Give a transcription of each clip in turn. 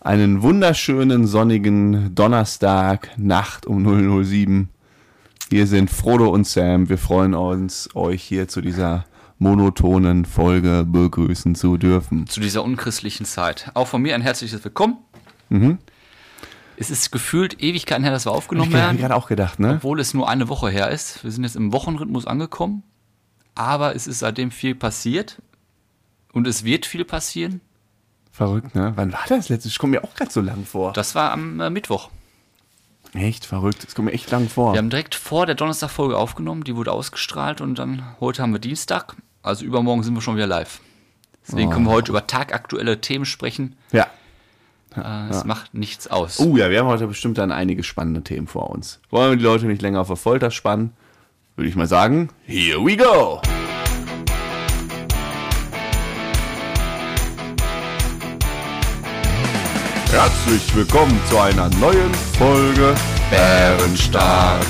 einen wunderschönen sonnigen Donnerstag, Nacht um 007. Hier sind Frodo und Sam. Wir freuen uns, euch hier zu dieser monotonen Folge begrüßen zu dürfen. zu dieser unchristlichen Zeit. Auch von mir ein herzliches Willkommen. Es ist gefühlt Ewigkeiten her, dass wir aufgenommen Mhm. Ich habe werden, gerade auch gedacht, ne? obwohl es nur eine Woche her ist. Wir sind jetzt im Wochenrhythmus angekommen, aber es ist seitdem viel passiert und es wird viel passieren. Verrückt, ne? Wann war das letztes? Kommt mir auch gerade so lang vor. Das war am äh, Mittwoch. Echt verrückt. Es kommt mir echt lang vor. Wir haben direkt vor der Donnerstagfolge aufgenommen, die wurde ausgestrahlt und dann heute haben wir Dienstag, also übermorgen sind wir schon wieder live. Deswegen Oh. können wir heute über tagaktuelle Themen sprechen. Ja. Äh, es macht nichts aus. Oh ja, wir haben heute bestimmt dann einige spannende Themen vor uns. Wollen wir die Leute nicht länger auf der Folter spannen? Würde ich mal sagen, here we go! Herzlich willkommen zu einer neuen Folge Bärenstark.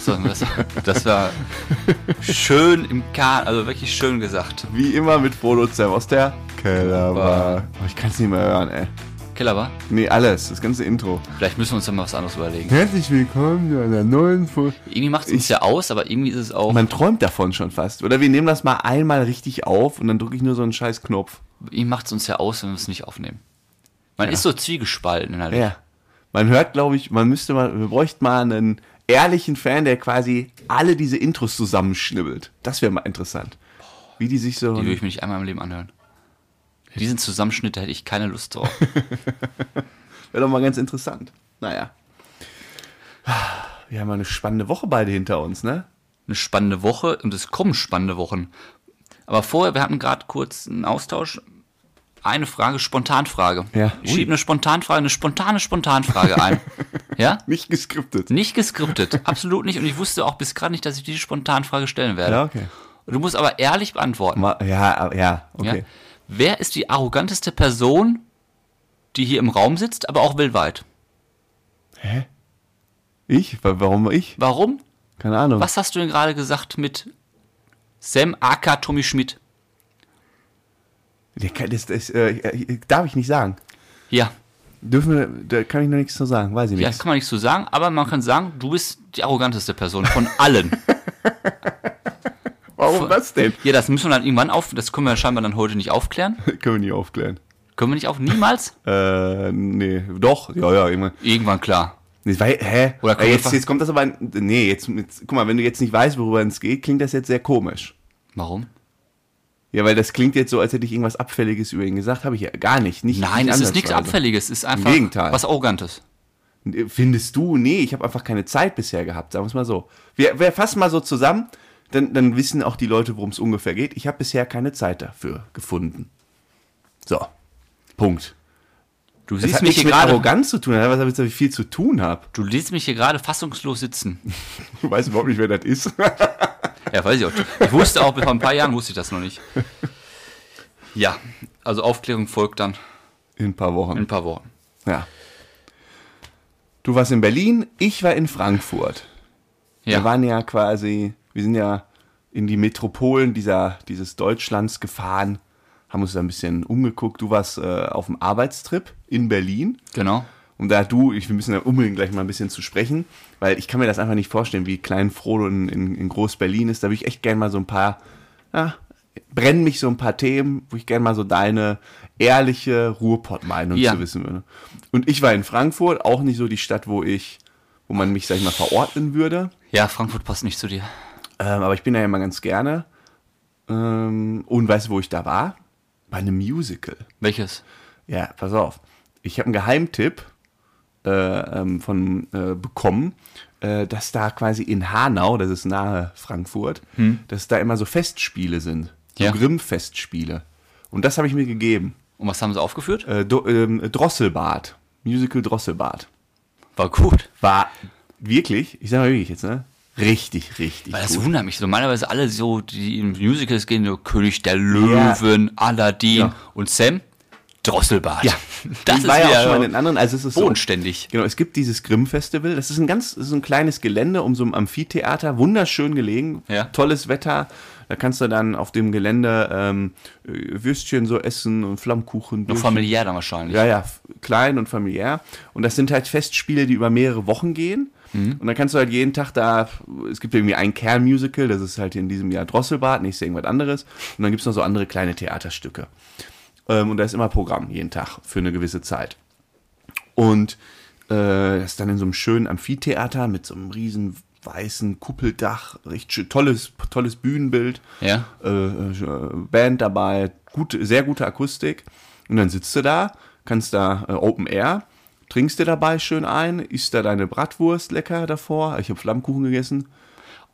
So, das, das war schön im Kahn, also wirklich schön gesagt. Wie immer mit Frodo und Sam aus der Kellerbar. Oh, ich kann es nicht mehr hören, ey. Killer war? Nee, alles, das ganze Intro. Vielleicht müssen wir uns dann mal was anderes überlegen. Herzlich willkommen zu einer neuen Folge. Irgendwie macht es uns ja aus, aber irgendwie ist es auch. Man träumt davon schon fast. Oder wir nehmen das mal einmal richtig auf und dann drücke ich nur so einen scheiß Knopf. Irgendwie macht es uns ja aus, wenn wir es nicht aufnehmen. Man ist so zwiegespalten innerlich. Ja. Man hört, glaube ich, man müsste mal, wir bräuchten mal einen ehrlichen Fan, der quasi alle diese Intros zusammenschnibbelt. Das wäre mal interessant. Wie die sich so. Die würde ich mir nicht einmal im Leben anhören. Diesen Zusammenschnitt da hätte ich keine Lust drauf. Wäre doch mal ganz interessant. Naja. Wir haben mal eine spannende Woche beide hinter uns, ne? Eine spannende Woche und es kommen spannende Wochen. Aber vorher, wir hatten gerade kurz einen Austausch. Eine Frage, Spontanfrage. Ja. Ich Ui. schiebe eine Spontanfrage, eine spontane Spontanfrage ein. ja? Nicht geskriptet. Nicht geskriptet, absolut nicht. Und ich wusste auch bis gerade nicht, dass ich diese Spontanfrage stellen werde. Ja, okay. Du musst aber ehrlich beantworten. Ma- Ja, ja, okay. Ja? Wer ist die arroganteste Person, die hier im Raum sitzt, aber auch weltweit? Ich? Wa- Warum ich? Warum? Keine Ahnung. Was hast du denn gerade gesagt mit Sam aka Tommy Schmidt? Der kann- Das, das, äh, darf ich nicht sagen. Ja, Dürfen wir, da kann ich noch nichts zu sagen, weiß ich ja, nicht. kann man nichts zu sagen, aber man kann sagen, du bist die arroganteste Person von allen. Warum das denn? ja, das müssen wir dann irgendwann auf, das können wir scheinbar dann heute nicht aufklären. Können wir nicht aufklären. Können wir nicht auf, niemals? Äh, nee, doch, ja, ja, irgendwann. Irgendwann klar. Nee, weil, hä? Oder Oder kommt jetzt, einfach- jetzt kommt das aber, nee, jetzt, jetzt, guck mal, wenn du jetzt nicht weißt, worüber es geht, klingt das jetzt sehr komisch. Warum? Ja, weil das klingt jetzt so, als hätte ich irgendwas Abfälliges über ihn gesagt, habe ich ja gar nicht. nicht Nein, nicht es ist nichts ansatzweise. Abfälliges, es ist einfach Gegenteil. was Arrogantes. äh, Findest du? Nee, ich habe einfach keine Zeit bisher gehabt, sagen wir es mal so. Wir, wir fassen mal so zusammen, dann, dann wissen auch die Leute, worum es ungefähr geht. Ich habe bisher keine Zeit dafür gefunden. So, Punkt. Du Das siehst hat mich nichts hier mit gerade. Arroganz zu tun, das hat was damit zu tun, dass ich viel zu tun habe. Du lässt mich hier gerade fassungslos sitzen. Du weißt überhaupt nicht, wer das ist. Ja, weiß ich auch. Ich wusste auch, vor ein paar Jahren wusste ich das noch nicht. Ja, also Aufklärung folgt dann In ein paar Wochen. in ein paar Wochen. Ja. Du warst in Berlin, ich war in Frankfurt. Wir Ja, waren ja quasi, wir sind ja in die Metropolen dieser, dieses Deutschlands gefahren, haben uns da ein bisschen umgeguckt. Du warst äh, auf dem Arbeitstrip in Berlin. genau. Und da du, ich, wir müssen da unbedingt gleich mal ein bisschen zu sprechen, weil ich kann mir das einfach nicht vorstellen, wie klein Frodo in, in, in Groß-Berlin ist. Da würde ich echt gerne mal so ein paar, ja, brennen mich so ein paar Themen, wo ich gerne mal so deine ehrliche Ruhrpott-Meinung Ja. zu wissen würde. Und ich war in Frankfurt, auch nicht so die Stadt, wo ich, wo man mich, sag ich mal, verordnen würde. Ja, Frankfurt passt nicht zu dir. Ähm, aber ich bin da ja immer ganz gerne. Ähm, und weißt du, wo ich da war? Bei einem Musical. Welches? Ja, pass auf. Ich habe einen Geheimtipp äh, ähm, von äh, bekommen, äh, dass da quasi in Hanau, das ist nahe Frankfurt, dass da immer so Festspiele sind. So Hm. Ja. Grimm-Festspiele. Und das habe ich mir gegeben. Und was haben sie aufgeführt? Äh, Do, ähm, Drosselbart. Musical Drosselbart. War gut. War wirklich, ich sage mal wirklich jetzt, ne? Richtig, richtig. Weil das gut. wundert mich. Normalerweise alle so, die in Musicals gehen, so König der Löwen, Aladdin Ja. und Sam. Drosselbart. Ja, das die war ja auch wieder schon mal in den anderen. Also es ist so, bodenständig. Genau, es gibt dieses Grimm-Festival. Das ist ein ganz, das ist ein kleines Gelände um so ein Amphitheater, wunderschön gelegen, Ja. tolles Wetter. Da kannst du dann auf dem Gelände ähm, äh, Würstchen so essen und Flammkuchen. Noch Bierchen. familiär dann wahrscheinlich. Ja, ja, f- klein und familiär. Und das sind halt Festspiele, die über mehrere Wochen gehen. Mhm. Und dann kannst du halt jeden Tag da, es gibt irgendwie ein Kernmusical, das ist halt in diesem Jahr Drosselbart, nächstes Jahr irgendwas anderes. Und dann gibt es noch so andere kleine Theaterstücke. Ähm, und da ist immer Programm, jeden Tag, für eine gewisse Zeit. Und äh, das ist dann in so einem schönen Amphitheater mit so einem riesen weißen Kuppeldach, recht schön, tolles, tolles Bühnenbild Ja. äh, äh, Band dabei, gute, sehr gute Akustik. Und dann sitzt du da, kannst da äh, Open Air, trinkst dir dabei schön ein, isst da deine Bratwurst lecker davor. Ich habe Flammkuchen gegessen.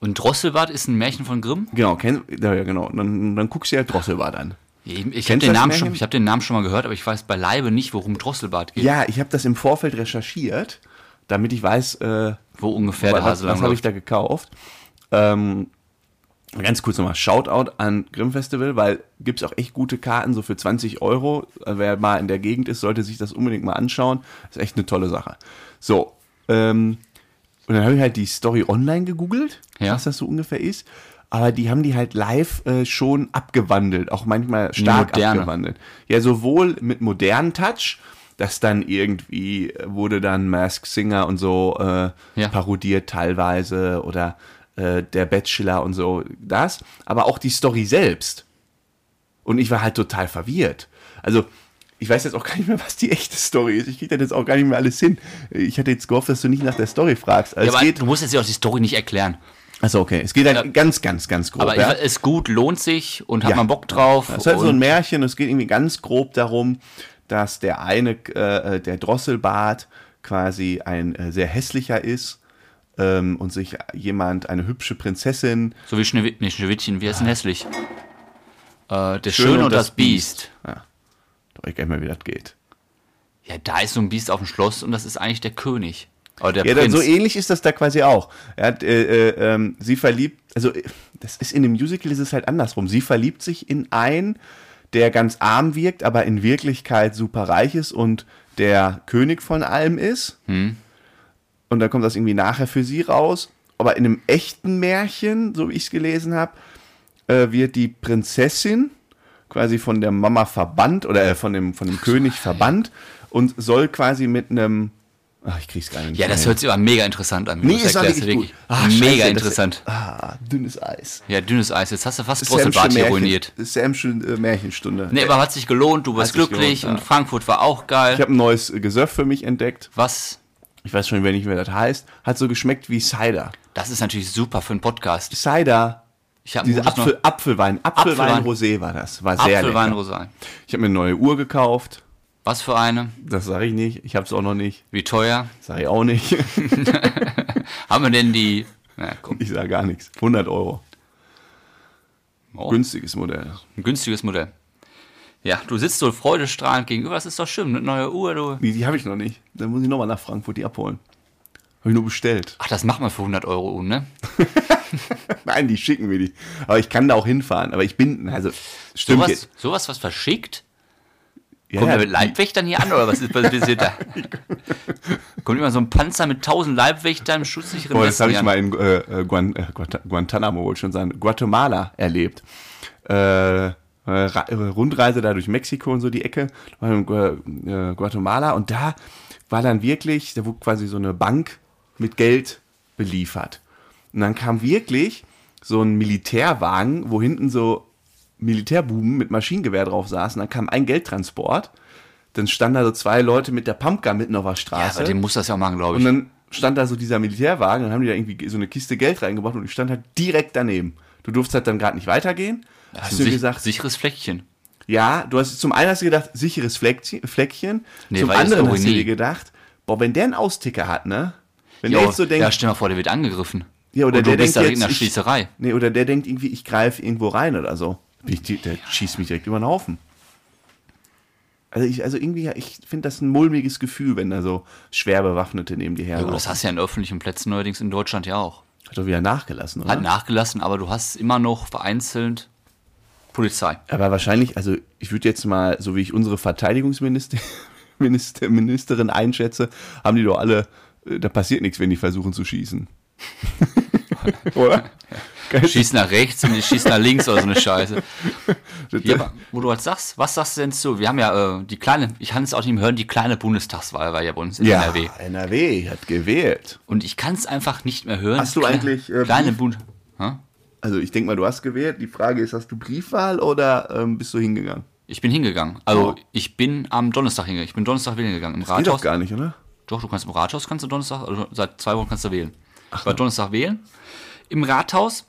Und Drosselbart ist ein Märchen von Grimm? Genau, kenn, ja, ja, genau. Und dann, dann guckst du dir halt Drosselbart an. Ich, ich habe Kennst du den, das Namen Märchen? schon- ich hab den Namen schon mal gehört, aber ich weiß beileibe nicht, worum Drosselbart geht. Ja, ich habe das im Vorfeld recherchiert, damit ich weiß, äh, Wo ungefähr der was, Hase was lang habe ich läuft. da gekauft. Ähm, ganz kurz nochmal, Shoutout an Grimm Festival, weil gibt es auch echt gute Karten, so für 20 Euro. Also Wer mal in der Gegend ist, sollte sich das unbedingt mal anschauen. Ist echt eine tolle Sache. So, ähm, und dann habe ich halt die Story online gegoogelt, Ja. was das so ungefähr ist. Aber die haben die halt live äh, schon abgewandelt, auch manchmal stark Moderne. abgewandelt. Ja, sowohl mit modernen Touch, dass dann irgendwie äh, wurde dann Mask Singer und so äh, Ja. parodiert teilweise oder äh, der Bachelor und so das, aber auch die Story selbst. Und ich war halt total verwirrt. Also ich weiß jetzt auch gar nicht mehr, was die echte Story ist. Ich kriege das jetzt auch gar nicht mehr alles hin. Ich hatte jetzt gehofft, dass du nicht nach der Story fragst. Also Ja, es aber geht, du musst jetzt ja auch die Story nicht erklären. also okay, es geht halt ganz, ganz, ganz grob. Aber ja? es ist gut, lohnt sich und hat Ja. man Bock drauf. Es ist halt so ein und- Märchen, es geht irgendwie ganz grob darum, dass der eine, äh, der Drosselbart quasi ein äh, sehr hässlicher ist ähm, und sich jemand, eine hübsche Prinzessin, so wie Schneewi nee, Schneewittchen, wie ist denn hässlich? Äh, der Schöne und das Biest. doch ich weiß mal, wie das geht. Ja, da ist so ein Biest auf dem Schloss und das ist eigentlich der König. Oder der Ja, dann Prinz. so ähnlich ist das da quasi auch. Er hat, äh, äh, ähm, sie verliebt, also äh, das ist in dem Musical ist es halt andersrum. Sie verliebt sich in einen, der ganz arm wirkt, aber in Wirklichkeit super reich ist und der König von allem ist. Hm. Und dann kommt das irgendwie nachher für sie raus. Aber in einem echten Märchen, so wie ich es gelesen habe, äh, wird die Prinzessin quasi von der Mama verbannt oder äh, von dem, von dem König verbannt und soll quasi mit einem. Ach, ich krieg's gar nicht. ja, das mehr hört sich aber mega interessant an. wie Nee, du das es war erklärst. wirklich gut. Ah, Wirklich mega interessant. Das, ah, dünnes Eis. Ja, dünnes Eis. Jetzt hast du fast Samsche Drosselbart hier Märchen- ruiniert. Samsche äh, Märchenstunde. Nee, aber hat sich gelohnt, du warst Hat sich glücklich gelohnt, und ja. Frankfurt war auch geil. Ich habe ein neues äh, Gesöff für mich entdeckt. Was? Ich weiß schon wieder nicht, wer das heißt. Hat so geschmeckt wie Cider. Das ist natürlich super für einen Podcast. Cider. Ich habe Diese Apfel, Apfelwein. Apfelwein Apfelwein. Rosé war das. War sehr Apfelwein lecker. Rosé. Ich habe mir eine neue Uhr gekauft. Was für eine? Das sage ich nicht. Ich habe es auch noch nicht. Wie teuer? Sage ich auch nicht. Haben wir denn die? Na, komm, Ich sage gar nichts. 100 Euro. Oh. Günstiges Modell. ein günstiges Modell. Ja, du sitzt so freudestrahlend gegenüber. Das ist doch schön. Eine neue Uhr, du. Die, die habe ich noch nicht. Dann muss ich nochmal nach Frankfurt die abholen. Habe ich nur bestellt. Ach, das macht man für 100 Euro, um, ne? Nein, die schicken mir die. Aber ich kann da auch hinfahren. Aber ich bin, also, stimmt Sowas, jetzt. sowas, was verschickt? Ja, Kommt ja, er mit Leibwächtern hier an oder was ist was passiert da? Kommt immer so ein Panzer mit 1000 Leibwächtern im schutzsicheren Boah, das habe ich an. mal in äh, äh, Guan, äh, Guanta- Guantanamo, wollte ich schon sagen, Guatemala erlebt. Äh, äh, Ra- äh, Rundreise da durch Mexiko und so die Ecke, war in Gu- äh, Guatemala und da war dann wirklich, da wurde quasi so eine Bank mit Geld beliefert. Und dann kam wirklich so ein Militärwagen, wo hinten so Militärbuben mit Maschinengewehr drauf saßen, dann kam ein Geldtransport, dann standen da so zwei Leute mit der Pumpgun mitten auf der Ja, Straße. aber den muss das ja auch machen, glaube Und ich. dann stand da so dieser Militärwagen, dann haben die da irgendwie so eine Kiste Geld reingebracht und ich stand halt direkt daneben. Du durfst halt dann gerade nicht weitergehen. Hast du Sich- gesagt, sicheres Fleckchen. ja, du hast zum einen hast du gedacht, sicheres Fleckchen, Fleckchen. Nee, zum war jetzt anderen hast du Ironie. dir gedacht, boah, wenn der einen Austicker hat, ne? Wenn Ja, der jetzt so ja, denkt, stell mal vor, der wird angegriffen. ja, oder Und der du bist denkt da jetzt, in der ich- Schießerei. nee, oder der denkt irgendwie, ich greife irgendwo rein oder so. Bin Ich, die- der schießt mich direkt über den Haufen. Also, ich, also irgendwie, ja, ich finde das ein mulmiges Gefühl, wenn da so schwer Bewaffnete neben dir Ja, herlaufen. gut, das hast du ja in öffentlichen Plätzen neuerdings in Deutschland ja auch. Hat doch wieder nachgelassen, oder? Hat nachgelassen, aber du hast immer noch vereinzelt Polizei. Aber wahrscheinlich, also ich würde jetzt mal, so wie ich unsere Verteidigungsministerin Minister, Ministerin einschätze, haben die doch alle, äh, da passiert nichts, wenn die versuchen zu schießen. Oder? Schieß nach rechts und ich schieß nach links oder so eine Scheiße. Das- Ja, aber wo du was sagst, was sagst du denn zu? Wir haben ja äh, die kleine, ich kann es auch nicht mehr hören, die kleine Bundestagswahl war ja bei uns in ja, NRW. NRW hat gewählt. Und ich kann es einfach nicht mehr hören. Hast du eigentlich, äh, kleine Bund. Hä? Also ich denke mal, du hast gewählt. Die Frage ist, hast du Briefwahl oder ähm, bist du hingegangen? Ich bin hingegangen. Also Ja. ich bin am Donnerstag hingegangen. Ich bin Donnerstag wählen gegangen. Im Geht Rathaus. doch gar nicht, oder? Doch, du kannst im Rathaus kannst du Donnerstag, also seit zwei Wochen kannst du wählen. Ich war Donnerstag wählen. Im Rathaus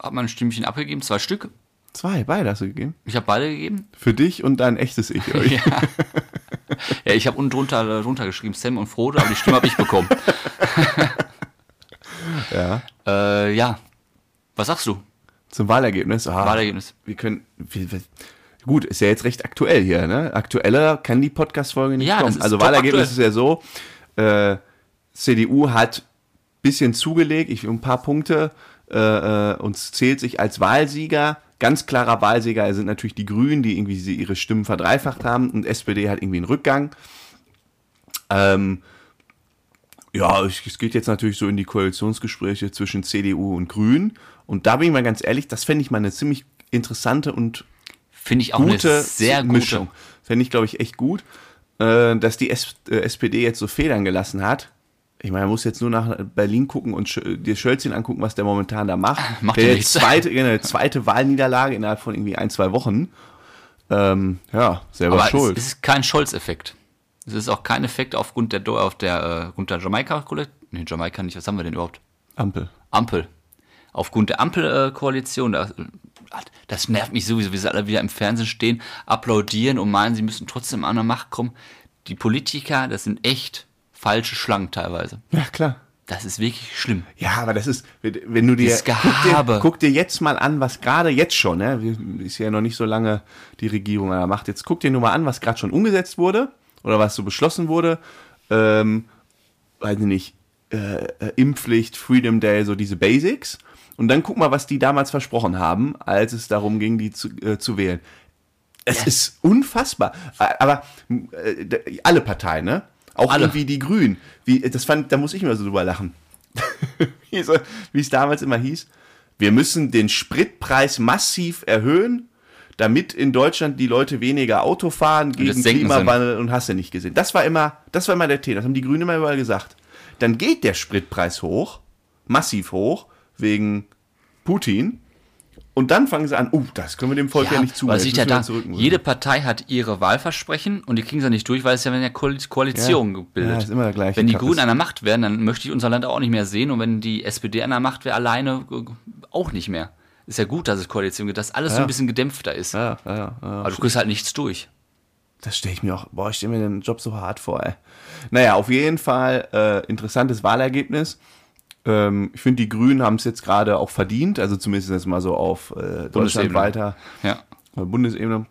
hat man ein Stimmchen abgegeben, zwei Stück. Zwei, beide hast du gegeben. Ich habe beide gegeben. Für dich und dein echtes Ich. oder wie? Ja, ich habe unten drunter, äh, drunter geschrieben Sam und Frodo, aber die Stimme habe ich bekommen. ja. äh, ja. Was sagst du? Zum Wahlergebnis. Ah, Wahlergebnis. Wir können. Wir, wir, gut, ist ja jetzt recht aktuell hier, ne? Aktueller kann die Podcast-Folge nicht Ja, das kommen. ist also top Wahlergebnis ist aktuell. ja so, äh, CDU hat bisschen zugelegt, ich ein paar Punkte äh, äh, und zählt sich als Wahlsieger. Ganz klarer Wahlsieger sind natürlich die Grünen, die irgendwie sie- ihre Stimmen verdreifacht haben und SPD hat irgendwie einen Rückgang. Ähm, ja, ich- es geht jetzt natürlich so in die Koalitionsgespräche zwischen CDU und Grünen. Und da bin ich mal ganz ehrlich, das fände ich mal eine ziemlich interessante und Finde ich auch eine gute sehr gute. Mischung. Fände ich, glaube ich, echt gut, äh, dass die S äh, SPD jetzt so Federn gelassen hat. Ich meine, man muss jetzt nur nach Berlin gucken und Sch dir Schölzchen angucken, was der momentan da macht. Macht der ja jetzt nichts. zweite, genau, zweite Wahlniederlage innerhalb von irgendwie ein, zwei Wochen. Ähm, ja, selber Aber schuld. es ist kein Scholz-Effekt. Es ist auch kein Effekt aufgrund der, Do- auf der, äh, aufgrund der jamaika Nee, Jamaika nicht. Was haben wir denn überhaupt? Ampel. Ampel. Aufgrund der Ampelkoalition, das, das nervt mich sowieso, wie sie alle wieder im Fernsehen stehen, applaudieren und meinen, sie müssen trotzdem an der Macht kommen. Die Politiker, das sind echt falsche Schlangen teilweise. Ja, klar. Das ist wirklich schlimm. Ja, aber das ist, wenn du dir Dieses guck, Gehabe. dir, guck dir jetzt mal an, was gerade jetzt schon, ne, wir- ist ja noch nicht so lange die Regierung an der Macht. Jetzt guck dir nur mal an, was gerade schon umgesetzt wurde oder was so beschlossen wurde. Ähm, weiß ich nicht, äh, äh, Impfpflicht, Freedom Day, so diese Basics. Und dann guck mal, was die damals versprochen haben, als es darum ging, die zu, äh, zu wählen. Es ist unfassbar. Aber äh, d- alle Parteien, ne? Auch Alle. irgendwie die Grünen. Wie, das fand, da muss ich immer so drüber lachen. wie, so, wie es damals immer hieß. Wir müssen den Spritpreis massiv erhöhen, damit in Deutschland die Leute weniger Auto fahren gegen das senken Klimawandel und hast du nicht gesehen. Das war immer, das war immer der Tee. Das haben die Grünen immer überall gesagt. Dann geht der Spritpreis hoch, massiv hoch, wegen Putin. Und dann fangen sie an, oh, das können wir dem Volk ja, nicht zu. weil jetzt sieht ja müssen wir da, zurückrudern. jede Partei hat ihre Wahlversprechen und die kriegen sie nicht durch, weil es ja in der Koal- Koalition gebildet. Ja, ist immer der gleiche wenn die Kappes. Grünen an der Macht wären, dann möchte ich unser Land auch nicht mehr sehen und wenn die SPD an der Macht wäre, alleine äh, auch nicht mehr. Ist ja gut, dass es Koalition gibt, dass alles so ein bisschen gedämpfter ist. Ja, ja, ja. Aber du kriegst halt nichts durch. Das stelle ich mir auch, boah, ich stelle mir den Job so hart vor, ey. Naja, auf jeden Fall äh, interessantes Wahlergebnis. Ähm, ich finde, die Grünen haben es jetzt gerade auch verdient, also zumindest jetzt mal so auf äh, Deutschland Bundesebene. weiter, Ja. äh, Bundesebene.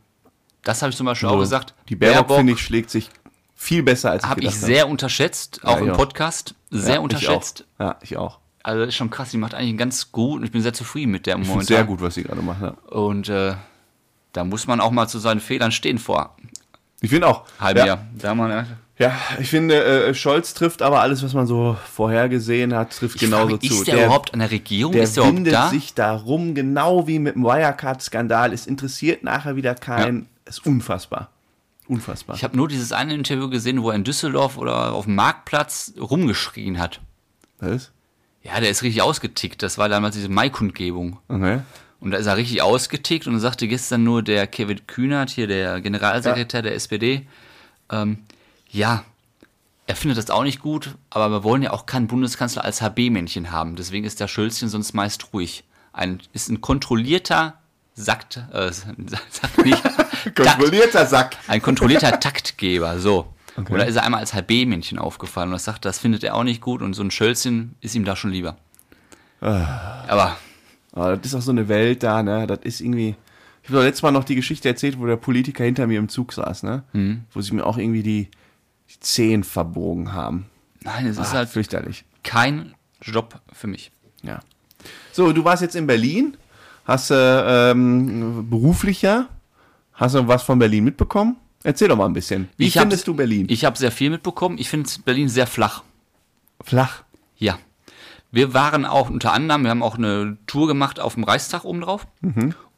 Das habe ich zum Beispiel auch Also, gesagt. die Baerbock, finde ich, schlägt sich viel besser als ich habe ich gedacht sehr unterschätzt, auch Ja, im ja. Podcast. habe. Sehr Ja, unterschätzt. Ich auch. Ja, ich auch. Also ist schon krass, die macht eigentlich einen ganz gut und ich bin sehr zufrieden mit der im Moment. Sehr gut, was sie gerade machen. Ja. Und äh, da muss man auch mal zu seinen Fehlern stehen vor Ich finde auch. halbem ja, Jahr. Da man, Ja, ich finde, äh, Scholz trifft aber alles, was man so vorhergesehen hat, trifft genauso Frage, zu. Ist der, überhaupt an der Regierung? der ist der überhaupt windet da? sich da rum, genau wie mit dem Wirecard-Skandal. Es interessiert nachher wieder keinen. Ist unfassbar. Unfassbar. Ich habe nur dieses eine Interview gesehen, wo er in Düsseldorf oder auf dem Marktplatz rumgeschrien hat. Was? Ja, der ist richtig ausgetickt. Das war damals diese Maikundgebung. Okay. Und da ist er richtig ausgetickt und sagte gestern nur der Kevin Kühnert, hier der Generalsekretär der SPD, ähm, ja, er findet das auch nicht gut, aber wir wollen ja auch keinen Bundeskanzler als HB-Männchen haben. Deswegen ist der Schölzchen sonst meist ruhig. Ein, ist ein kontrollierter Sakt, äh, sagt nicht, Takt, Kontrollierter Sack. ein kontrollierter Taktgeber, so. Und da ist er einmal als HB-Männchen aufgefallen und das sagt, das findet er auch nicht gut und so ein Schölzchen ist ihm da schon lieber. Aber Aber das ist auch so eine Welt da, ne? Das ist irgendwie. Ich habe doch letztes Mal noch die Geschichte erzählt, wo der Politiker hinter mir im Zug saß, ne? Mhm. Wo sie mir auch irgendwie die, die Zehen verbogen haben. nein, es ist Ach, halt fürchterlich. kein Job für mich. Ja. So, du warst jetzt in Berlin, Hast du ähm, beruflicher, hast du was von Berlin mitbekommen? Erzähl doch mal ein bisschen. Wie Ich findest hab's- du Berlin? Ich habe sehr viel mitbekommen. Ich finde Berlin sehr flach. Flach. Ja. Wir waren auch unter anderem, wir haben auch eine Tour gemacht auf dem Reichstag oben drauf.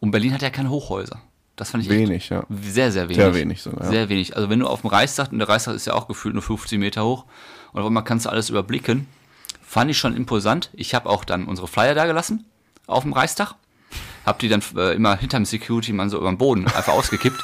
Und Berlin hat ja keine Hochhäuser. Das fand ich echt Mhm. Wenig, ja. sehr, sehr wenig. Sehr wenig sogar, ja. Sehr wenig. Also wenn du auf dem Reichstag, und der Reichstag ist ja auch gefühlt nur 50 Meter hoch, und auf einmal kannst du alles überblicken, fand ich schon imposant. Ich habe auch dann unsere Flyer da gelassen auf dem Reichstag. Hab die dann äh, immer hinterm Security-Mann so über den Boden einfach ausgekippt.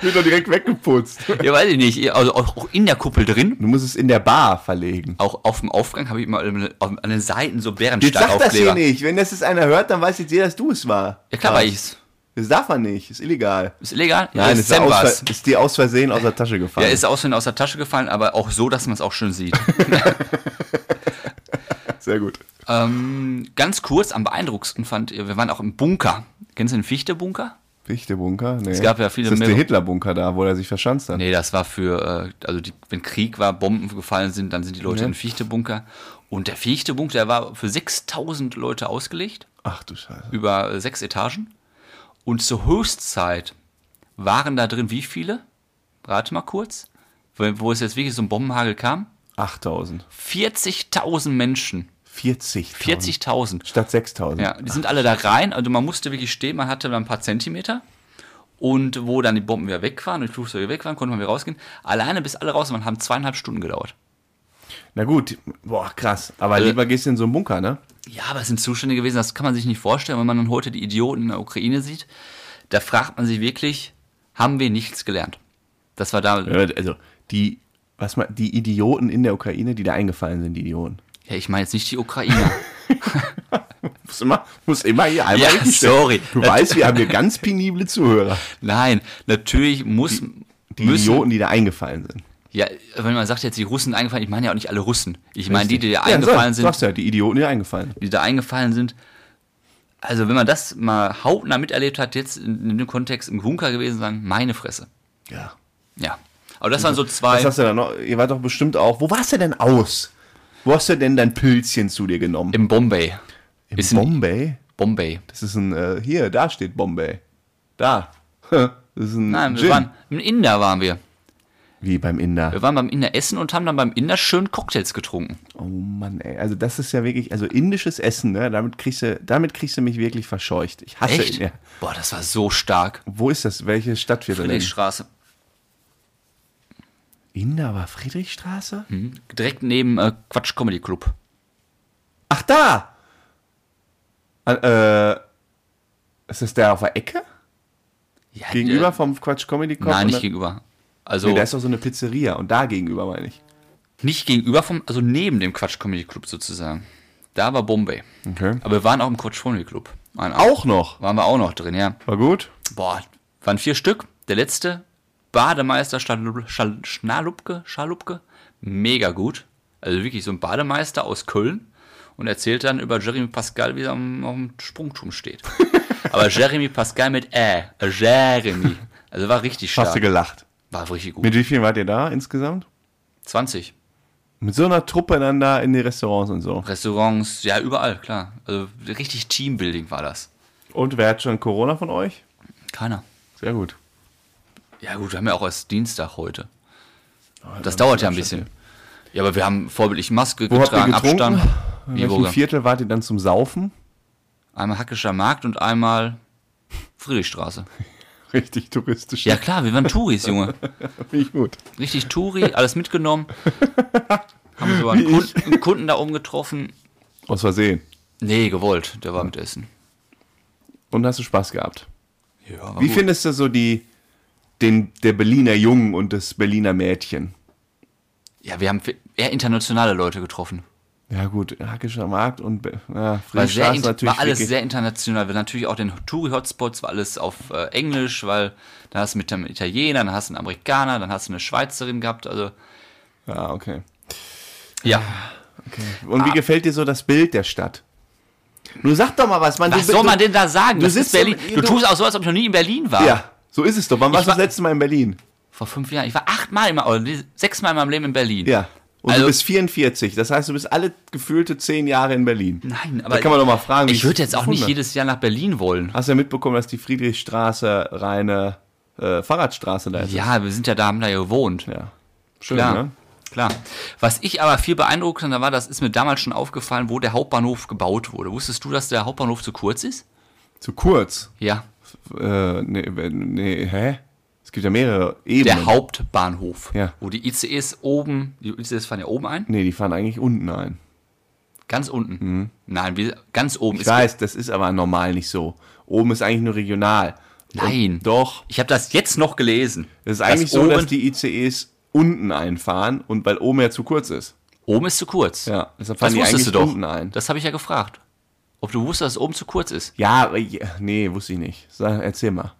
Wird doch direkt weggeputzt. ja, weiß ich nicht. Also auch auch in der Kuppel drin. Du musst es in der Bar verlegen. Auch auf dem Aufgang habe ich immer an an den Seiten so Jetzt sag das hier Bärenstarkaufkleber. nicht. Wenn das jetzt einer hört, dann weiß jetzt jeder, dass du es war. Ah, Ja klar war ich's. Das darf man nicht. Ist illegal. Ist illegal? Nein, ja, ist, Sam aus, war's. ist dir aus Versehen aus der Tasche gefallen. Ja, ist aus Versehen aus der Tasche gefallen, aber auch so, dass man es auch schön sieht. Sehr gut. ähm, ganz kurz, am beeindruckendsten fand, ihr, wir waren auch im Bunker. Kennst du den Fichte-Bunker? Fichte-Bunker? Nee. Es gab ja viele Ist das der mehrere- Hitler-Bunker da, wo er sich verschanzt hat? Nee, das war für, äh, also die, wenn Krieg war, Bomben gefallen sind, dann sind die Leute in den Fichte-Bunker. Und der Fichte-Bunker, der war für 6000 Leute ausgelegt. Ach du Scheiße. über äh, sechs Etagen. Und zur Höchstzeit waren da drin wie viele? Rate mal kurz. Wo, wo es jetzt wirklich so ein Bombenhagel kam. 8000. 40.000 Menschen. 40. 40.000. Statt 6000. Ja, die sind alle da rein. Also man musste wirklich stehen. Man hatte dann ein paar Zentimeter. Und wo dann die Bomben wieder weg waren und die Flugzeuge weg waren, konnte man wieder rausgehen. Alleine bis alle raus waren, haben zweieinhalb Stunden gedauert. Na gut, boah, krass. Aber Also- lieber gehst du in so einen Bunker, ne? Ja, aber es sind Zustände gewesen, das kann man sich nicht vorstellen, wenn man dann heute die Idioten in der Ukraine sieht. Da fragt man sich wirklich, haben wir nichts gelernt? Das war da. Ja, Also, die, was mal, die Idioten in der Ukraine, die da eingefallen sind, die Idioten. ich meine jetzt nicht die Ukraine. Muss immer, muss immer hier einmal Ja, richtig stellen. sorry. Du weißt, wir haben hier ganz penible Zuhörer. Nein, natürlich muss. Die müssen, Idioten, die da eingefallen sind. Ja, wenn man sagt jetzt die Russen eingefallen, ich meine ja auch nicht alle Russen. Ich meine die, die da Ja, eingefallen sag- Sagst sind, du ja, die Idioten, die da eingefallen sind. die da eingefallen sind. Also wenn man das mal hautnah miterlebt hat, jetzt in, in dem Kontext im Bunker gewesen sein, meine Fresse. Ja. Ja. Aber das waren so Was zwei. hast du da noch? Ihr wart doch bestimmt auch. Wo warst du denn aus? Wo hast du denn dein Pilzchen zu dir genommen? Im Bombay. In ist in- Bombay? Bombay. Das ist ein, äh, hier, da steht Bombay. Da. Das ist ein Nein, wir Gin. waren im Inder waren wir. Wie beim Inder. Wir waren beim Inder essen und haben dann beim Inder schön Cocktails getrunken. Oh Mann, ey. Also das ist ja wirklich, also indisches Essen, ne? Damit kriegst du, damit kriegst du mich wirklich verscheucht. Ich hasse Echt? Ja. Boah, das war so stark. Wo ist das? Welche Stadtviertel denn? Friedrichstraße. Inder war Friedrichstraße? Hm? Direkt neben äh, Quatsch Comedy Club. Ach, da! An, äh, ist das der auf der Ecke? Ja, Gegenüber Äh, vom Quatsch Comedy Club? nein, nicht gegenüber. gegenüber. Also Nee, da ist doch so eine Pizzeria und da gegenüber meine ich. nicht gegenüber vom, also neben dem Quatsch Comedy Club sozusagen. Da war Bombay. Okay. Aber wir waren auch im Quatsch Comedy Club. Waren auch. Auch noch. Waren wir auch noch drin, ja. War gut. Boah, waren vier Stück. Der letzte, Bademeister Schalu- Schal- Schnalupke, Schalupke, mega gut. Also wirklich so ein Bademeister aus Köln und erzählt dann über Jeremy Pascal, wie er am, auf dem Sprungturm steht. Aber Jeremy Pascal mit Ä, äh, Jeremy. Also war richtig Hast du stark. gelacht. War richtig gut. Mit wie vielen wart ihr da insgesamt? 20. Mit so einer Truppe dann da in die Restaurants und so. Restaurants, ja, überall, klar. Also richtig Teambuilding war das. Und wer hat schon Corona von euch? Keiner. Sehr gut. Ja, gut, wir haben ja auch erst Dienstag heute. Ah, Das dauert ja ein bisschen. Ja, aber wir haben vorbildlich Maske Wo habt ihr getragen, getrunken? um Abstand. In Wie, welchem wo? Viertel wart ihr dann zum Saufen? Einmal Hackischer Markt und einmal Friedrichstraße. Richtig touristisch. Ja klar, wir waren Touris, Junge. Finde ich gut. Richtig Touri, alles mitgenommen. Haben sogar einen Kunden, einen Kunden da umgetroffen. Aus Versehen. Nee, gewollt, der war mit Essen. Und hast du Spaß gehabt? Ja, war Wie gut. findest du so die, den, der Berliner Jungen und das Berliner Mädchen? ja, wir haben eher internationale Leute getroffen. Ja gut, Hackischer Markt und Be- ja, War, sehr, Friedrichstraße in- natürlich. war alles wirklich- sehr international. Wir natürlich auch den Touri-Hotspots, war alles auf äh, Englisch, weil da hast du mit einem Italiener, dann hast du einen Amerikaner, dann hast du eine Schweizerin gehabt. Also, ja, Ah, okay. ja. Und Ah. wie gefällt dir so das Bild der Stadt? Nun sag doch mal was, man. Was soll man denn da sagen? du Das ist sitzt Berlin. so- Du du- tust auch so, als ob ich noch nie in Berlin war. Ja, so ist es doch. Wann warst du war- das letzte Mal in Berlin? oh, Vor fünf Jahren. Ich war achtmal, in, oder nee, sechsmal in meinem Leben in Berlin. Ja. Und Also- du bist 44, das heißt, du bist alle gefühlte zehn Jahre in Berlin. Nein, aber Da kann man doch mal fragen, wie ich würde jetzt auch nicht gefunden jedes Jahr nach Berlin wollen. hat. Hast du ja mitbekommen, dass die Friedrichstraße reine äh, Fahrradstraße da ist? Ja, wir sind ja da, haben da ja gewohnt. Ja. Schön, Klar, ne? klar. Was ich aber viel beeindruckender war, das ist mir damals schon aufgefallen, wo der Hauptbahnhof gebaut wurde. Wusstest du, dass der Hauptbahnhof zu kurz ist? Zu kurz. Ja, Äh, nee, nee, hä? Es gibt ja mehrere Ebenen. der Hauptbahnhof, Ja. wo die ICEs oben, die ICEs fahren ja oben ein, nee, die fahren eigentlich unten ein. ganz unten. Nein, wir, ganz oben. Mhm. Ich weiß, das ist aber normal nicht so. Oben ist eigentlich nur regional. Nein. Und doch. Ich habe das jetzt noch gelesen. Es ist eigentlich dass so, oben, dass die ICEs unten einfahren und weil oben ja zu kurz ist. oben ist zu kurz. Ja, deshalb fahren Das die wusstest eigentlich du doch. unten ein. Das habe ich ja gefragt. Ob du wusstest, dass oben zu kurz ist. Ja, aber je- nee, wusste ich nicht. Sag, erzähl mal.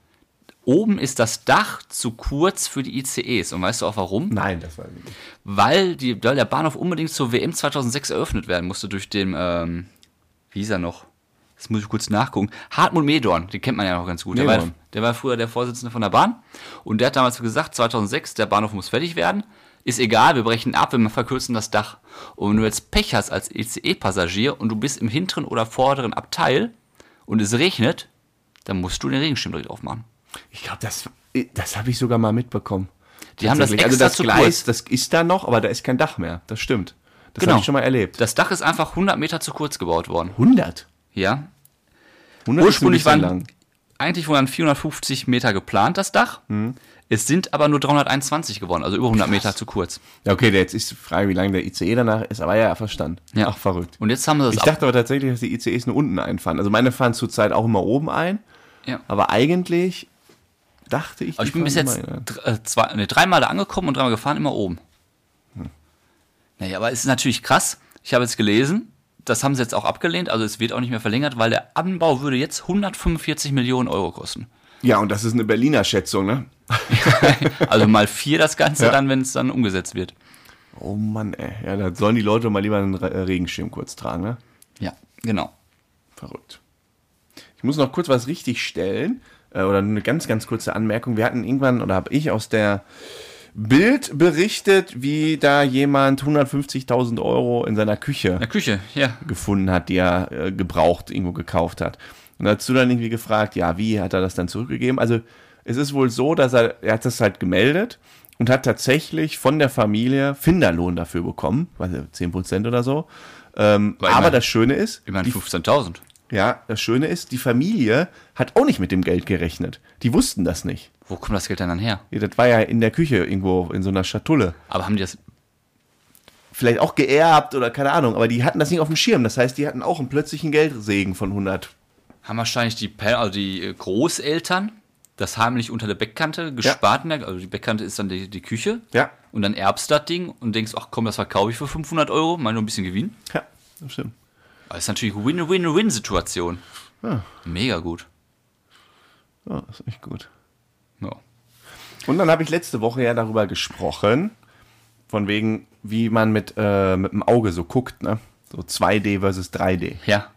Oben ist das Dach zu kurz für die ICEs. Und weißt du auch warum? Nein, das war nicht. Weil, die, weil der Bahnhof unbedingt zur WM 2006 eröffnet werden musste durch den, ähm, wie hieß er noch? Das muss ich kurz nachgucken. Hartmut Medorn, den kennt man ja noch ganz gut. Der war, Medorn. der war früher der Vorsitzende von der Bahn. Und der hat damals gesagt, 2006, der Bahnhof muss fertig werden. Ist egal, wir brechen ab, wir verkürzen das Dach. Und wenn du jetzt Pech hast als ECE-Passagier und du bist im hinteren oder vorderen Abteil und es regnet, dann musst du den Regenschirmdreht aufmachen. Ich glaube, das, äh, das habe ich sogar mal mitbekommen. Die haben das Tatsächlich. extra also das zu Gleis, kurz. das ist da noch, aber da ist kein Dach mehr. Das stimmt. Das Genau. habe ich schon mal erlebt. Das Dach ist einfach 100 Meter zu kurz gebaut worden. 100. Ja, 100 Ursprünglich ist ein bisschen waren- Eigentlich waren 450 Meter geplant, das Dach. Hm. Es sind aber nur 321 geworden, also über 100 Meter zu kurz. Ja, okay, der- jetzt ist die Frage, wie lang der ICE danach ist, aber ja, verstanden. Ja. Ach, verrückt. Und jetzt haben sie das Ich dachte aber tatsächlich, dass die ICEs nur unten einfahren. Also meine fahren zurzeit auch immer oben ein, Ja. aber eigentlich dachte ich. Aber ich bin bis jetzt dr- äh, zwei, nee, dreimal da angekommen und dreimal gefahren, immer oben. Hm. Naja, aber es ist natürlich krass. Ich habe jetzt gelesen, das haben sie jetzt auch abgelehnt, also es wird auch nicht mehr verlängert, weil der Anbau würde jetzt 145 Millionen Euro kosten. Ja, und das ist eine Berliner Schätzung, ne? Also mal vier das Ganze Ja. dann, wenn es dann umgesetzt wird. Oh Mann, ey. Ja, da sollen die Leute mal lieber einen Re- äh, Regenschirm kurz tragen, ne? Ja, genau. Verrückt. Ich muss noch kurz was richtig stellen. Äh, oder nur eine ganz, ganz kurze Anmerkung. Wir hatten irgendwann, oder habe ich aus der Bild berichtet, wie da jemand 150.000 Euro in seiner Küche In der Küche, ja. gefunden hat, die er äh, gebraucht irgendwo gekauft hat. Und dazu dann irgendwie gefragt, ja, wie hat er das dann zurückgegeben? Also es ist wohl so, dass er, er hat das halt gemeldet und hat tatsächlich von der Familie Finderlohn dafür bekommen, weiß nicht, 10 Prozent oder so. Ähm, Weil aber man- das Schöne ist, Ich meine die, 15.000. ja, das Schöne ist, die Familie hat auch nicht mit dem Geld gerechnet. Die wussten das nicht. Wo kommt das Geld denn dann her? Ja, Das war ja in der Küche irgendwo in so einer Schatulle. Aber haben die das Vielleicht auch geerbt oder keine Ahnung, aber die hatten das nicht auf dem Schirm. Das heißt, die hatten auch einen plötzlichen Geldsegen von 100 haben wahrscheinlich die, Per- also die äh, Großeltern das heimlich unter der Beckkante gespart. in der- Also die Beckkante ist dann die, die Küche. Ja. Und dann erbst das Ding und denkst, ach komm, das verkaufe ich für 500 Euro, mal nur ein bisschen Gewinn. Ja, das stimmt. Aber ist natürlich Win-Win-Win-Situation. Mega gut. Ja, ist echt gut. Ja. Und dann habe ich letzte Woche ja darüber gesprochen, von wegen, wie man mit, äh, mit dem Auge so guckt, ne? So 2D versus 3D. ja.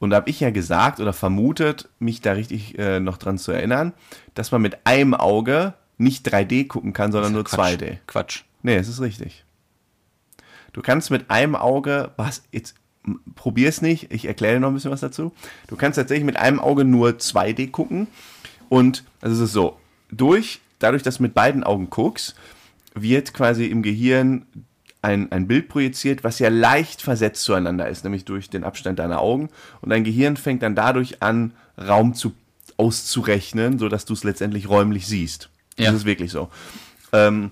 Und da habe ich ja gesagt oder vermutet, mich da richtig äh, noch dran zu erinnern, dass man mit einem Auge nicht 3D gucken kann, sondern nur Quatsch. 2D. Quatsch. Nee, es ist richtig. Du kannst mit einem Auge, was, jetzt m, probier's nicht, ich erkläre noch ein bisschen was dazu. Du kannst tatsächlich mit einem Auge nur 2D gucken. Und also es ist so, durch, dadurch, dass du mit beiden Augen guckst, wird quasi im Gehirn ein, ein Bild projiziert, was ja leicht versetzt zueinander ist, nämlich durch den Abstand deiner Augen. Und dein Gehirn fängt dann dadurch an, Raum zu, auszurechnen, sodass du es letztendlich räumlich siehst. Ja. Das ist wirklich so. Ähm,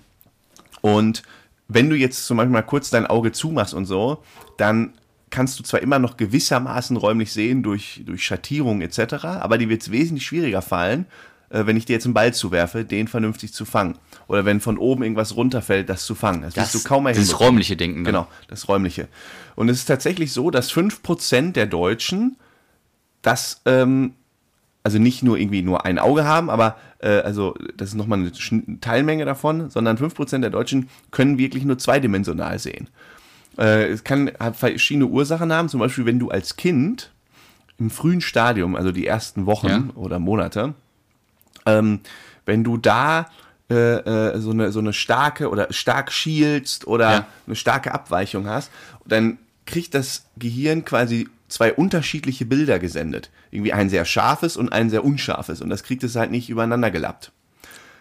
und wenn du jetzt zum Beispiel mal kurz dein Auge zumachst und so, dann kannst du zwar immer noch gewissermaßen räumlich sehen durch, durch Schattierung etc., aber dir wird es wesentlich schwieriger fallen, äh, wenn ich dir jetzt einen Ball zuwerfe, den vernünftig zu fangen. Oder wenn von oben irgendwas runterfällt, das zu fangen. Das, wirst du kaum mehr das hinbekommen. räumliche Denken. ne? Genau, das räumliche. Und es ist tatsächlich so, dass 5% der Deutschen das, ähm, also nicht nur irgendwie nur ein Auge haben, aber äh, also das ist nochmal eine Schn- Teilmenge davon, sondern 5% der Deutschen können wirklich nur zweidimensional sehen. Äh, es kann hat verschiedene Ursachen haben, zum Beispiel wenn du als Kind im frühen Stadium, also die ersten Wochen Ja. oder Monate, ähm, wenn du da äh, äh, äh, so, eine, so eine starke oder stark schielst oder Ja. eine starke Abweichung hast, dann kriegt das Gehirn quasi zwei unterschiedliche Bilder gesendet. Irgendwie ein sehr scharfes und ein sehr unscharfes. Und das kriegt es halt nicht übereinander gelappt.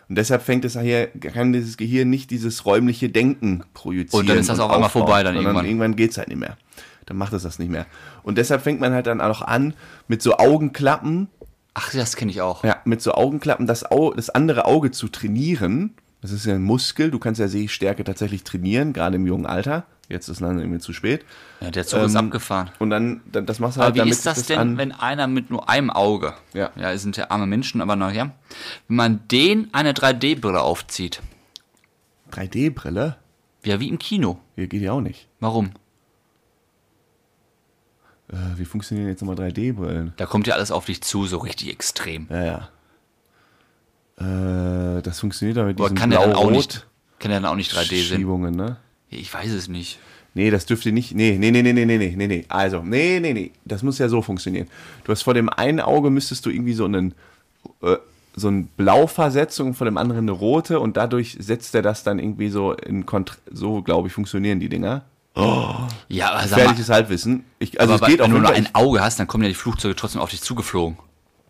Und deshalb fängt es nachher, kann dieses Gehirn nicht dieses räumliche Denken projizieren. Und dann ist das auch einmal aufbauen, vorbei dann sondern irgendwann. Irgendwann geht es halt nicht mehr. Dann macht es das nicht mehr. Und deshalb fängt man halt dann auch an mit so Augenklappen, Ach, das kenne ich auch. ja, mit so Augenklappen das, Au das andere Auge zu trainieren. Das ist ja ein Muskel, du kannst ja Sehstärke tatsächlich trainieren, gerade im jungen Alter. Jetzt ist leider irgendwie zu spät. Ja, der Zug ist Ähm, abgefahren. Und dann, dann das machst du Aber halt wie damit ist das es denn, an- wenn einer mit nur einem Auge, Ja. ja es sind ja arme Menschen, aber naja, wenn man den eine 3D-Brille aufzieht, 3D-Brille? ja, wie im Kino. Hier geht ja auch nicht. Warum? Äh, wie funktionieren jetzt nochmal 3D-Brillen? Da kommt ja alles auf dich zu, so richtig extrem. Ja, ja. Äh, das funktioniert aber mit Aber diesem kann der dann auch nicht, blau-rot kann der dann auch nicht 3D sehen? Schiebungen, ne? Ich weiß es nicht. Nee, das dürfte nicht. Nee, nee, nee, nee, nee, nee, nee, nee, nee. Also, nee, nee, nee. Das muss ja so funktionieren. Du hast vor dem einen Auge müsstest du irgendwie so einen äh, so ein Blauversetzung, vor dem anderen eine rote und dadurch setzt er das dann irgendwie so in Kontr so, glaube ich, funktionieren die Dinger. Ja, aber sag mal, Gefährliches Halbwissen. Ich, also aber es geht auch wenn du nur nur ein Auge hast, dann kommen ja die Flugzeuge trotzdem auf dich zugeflogen.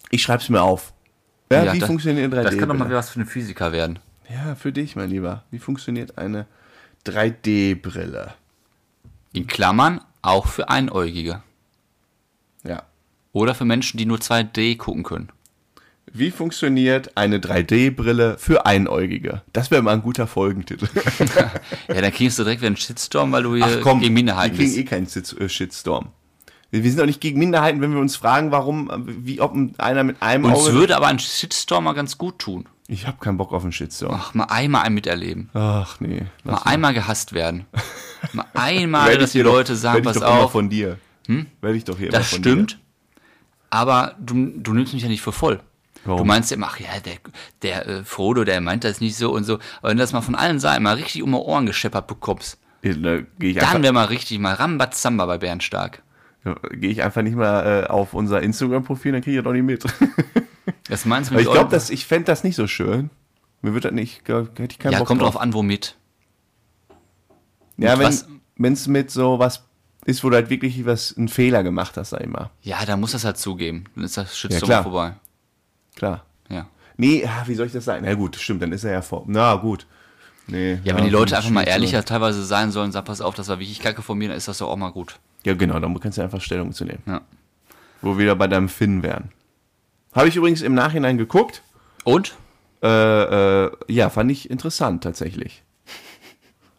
Ich, ich schreib's mir auf. Ja, wie das- funktionieren 3D? Das kann doch mal Bilder? wieder was für einen Physiker werden. ja, für dich, mein Lieber. Wie funktioniert eine 3D-Brille? In Klammern auch für Einäugige. Ja. Oder für Menschen, die nur 2D gucken können. Wie funktioniert eine 3D-Brille für Einäugige? Das wäre mal ein guter Folgentitel. Ja, dann kriegst du direkt wieder einen Shitstorm, weil du hier Äh, gegen Minderheiten wir kriegen bist. eh keinen Shit- äh, Shitstorm. Wir wir sind auch nicht gegen Minderheiten, wenn wir uns fragen, warum, äh, wie ob ein- einer mit einem Uns Auge... würde aber ein Shitstorm mal ganz gut tun. Ich habe keinen Bock auf einen Shitstorm. Ach, mal einmal einen miterleben. Ach nee. Mal lass einmal gehasst werden. Mal mal. einmal, Werd ich dass die dir doch- Leute sagen, werd ich pass doch immer auf, Hm? von dir. Werd ich doch hier immer das von stimmt, aber du, du nimmst mich ja nicht für voll. Warum? Du meinst ja immer, ach ja, der, der äh, Frodo, der meint das nicht so und so. Aber wenn du das mal von allen Seiten mal richtig um die Ohren gescheppert bekommst, dir. Da gehe ich, dann einfach- wäre mal richtig mal Rambazamba bei Bernd Stark. da geh ich einfach nicht mal äh, auf unser Instagram-Profil, dann kriege ich das auch nicht mit. Das meinst du Aber mit ich glaube, eurem- ich fände das nicht so schön. Mir wird das nicht, glaub, hätte ich keinen Ja, Bock kommt drauf. drauf an, womit. Ja, wenn was- es mit so was ist, wo du halt wirklich was, einen Fehler gemacht hast, sag ich mal. Ja, da muss das halt zugeben. Dann ist das Ja, Shitstorm klar. vorbei. Klar. Ja. Nee, ah, wie soll ich das sagen? Na gut, stimmt, dann ist er ja vor. Na gut. Nee, Ja, wenn die Leute das einfach mal stimmt, ehrlicher teilweise sein sollen, sag pass auf, das war wirklich Kacke von mir, dann ist das doch auch mal gut. Ja, genau, dann kannst du einfach Stellung zu nehmen. Ja. Wo wir wieder bei deinem Finn wären. Habe ich übrigens im Nachhinein geguckt. Und? Äh, äh, ja, fand ich interessant tatsächlich.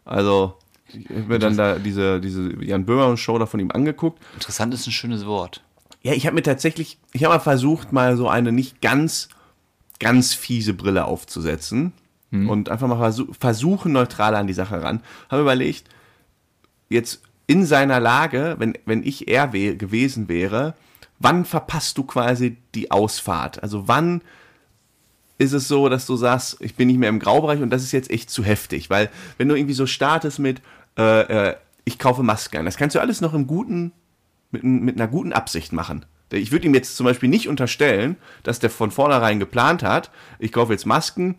Also, ich habe mir dann da diese, diese Jan Böhmer-Show da von ihm angeguckt Interessant ist ein schönes Wort. Ja, ich habe mir tatsächlich, ich habe mal versucht, mal so eine nicht ganz, ganz fiese Brille aufzusetzen und einfach mal versu versuchen, neutraler an die Sache ran. Habe überlegt, jetzt in seiner Lage, wenn, wenn ich er we- gewesen wäre, wann verpasst du quasi die Ausfahrt? Also wann ist es so, dass du sagst, ich bin nicht mehr im Graubereich und das ist jetzt echt zu heftig, weil wenn du irgendwie so startest mit, äh, äh, ich kaufe Masken ein, das kannst du alles noch im guten mit, n- mit einer guten Absicht machen. Ich würde ihm jetzt zum Beispiel nicht unterstellen, dass der von vornherein geplant hat, ich kaufe jetzt Masken,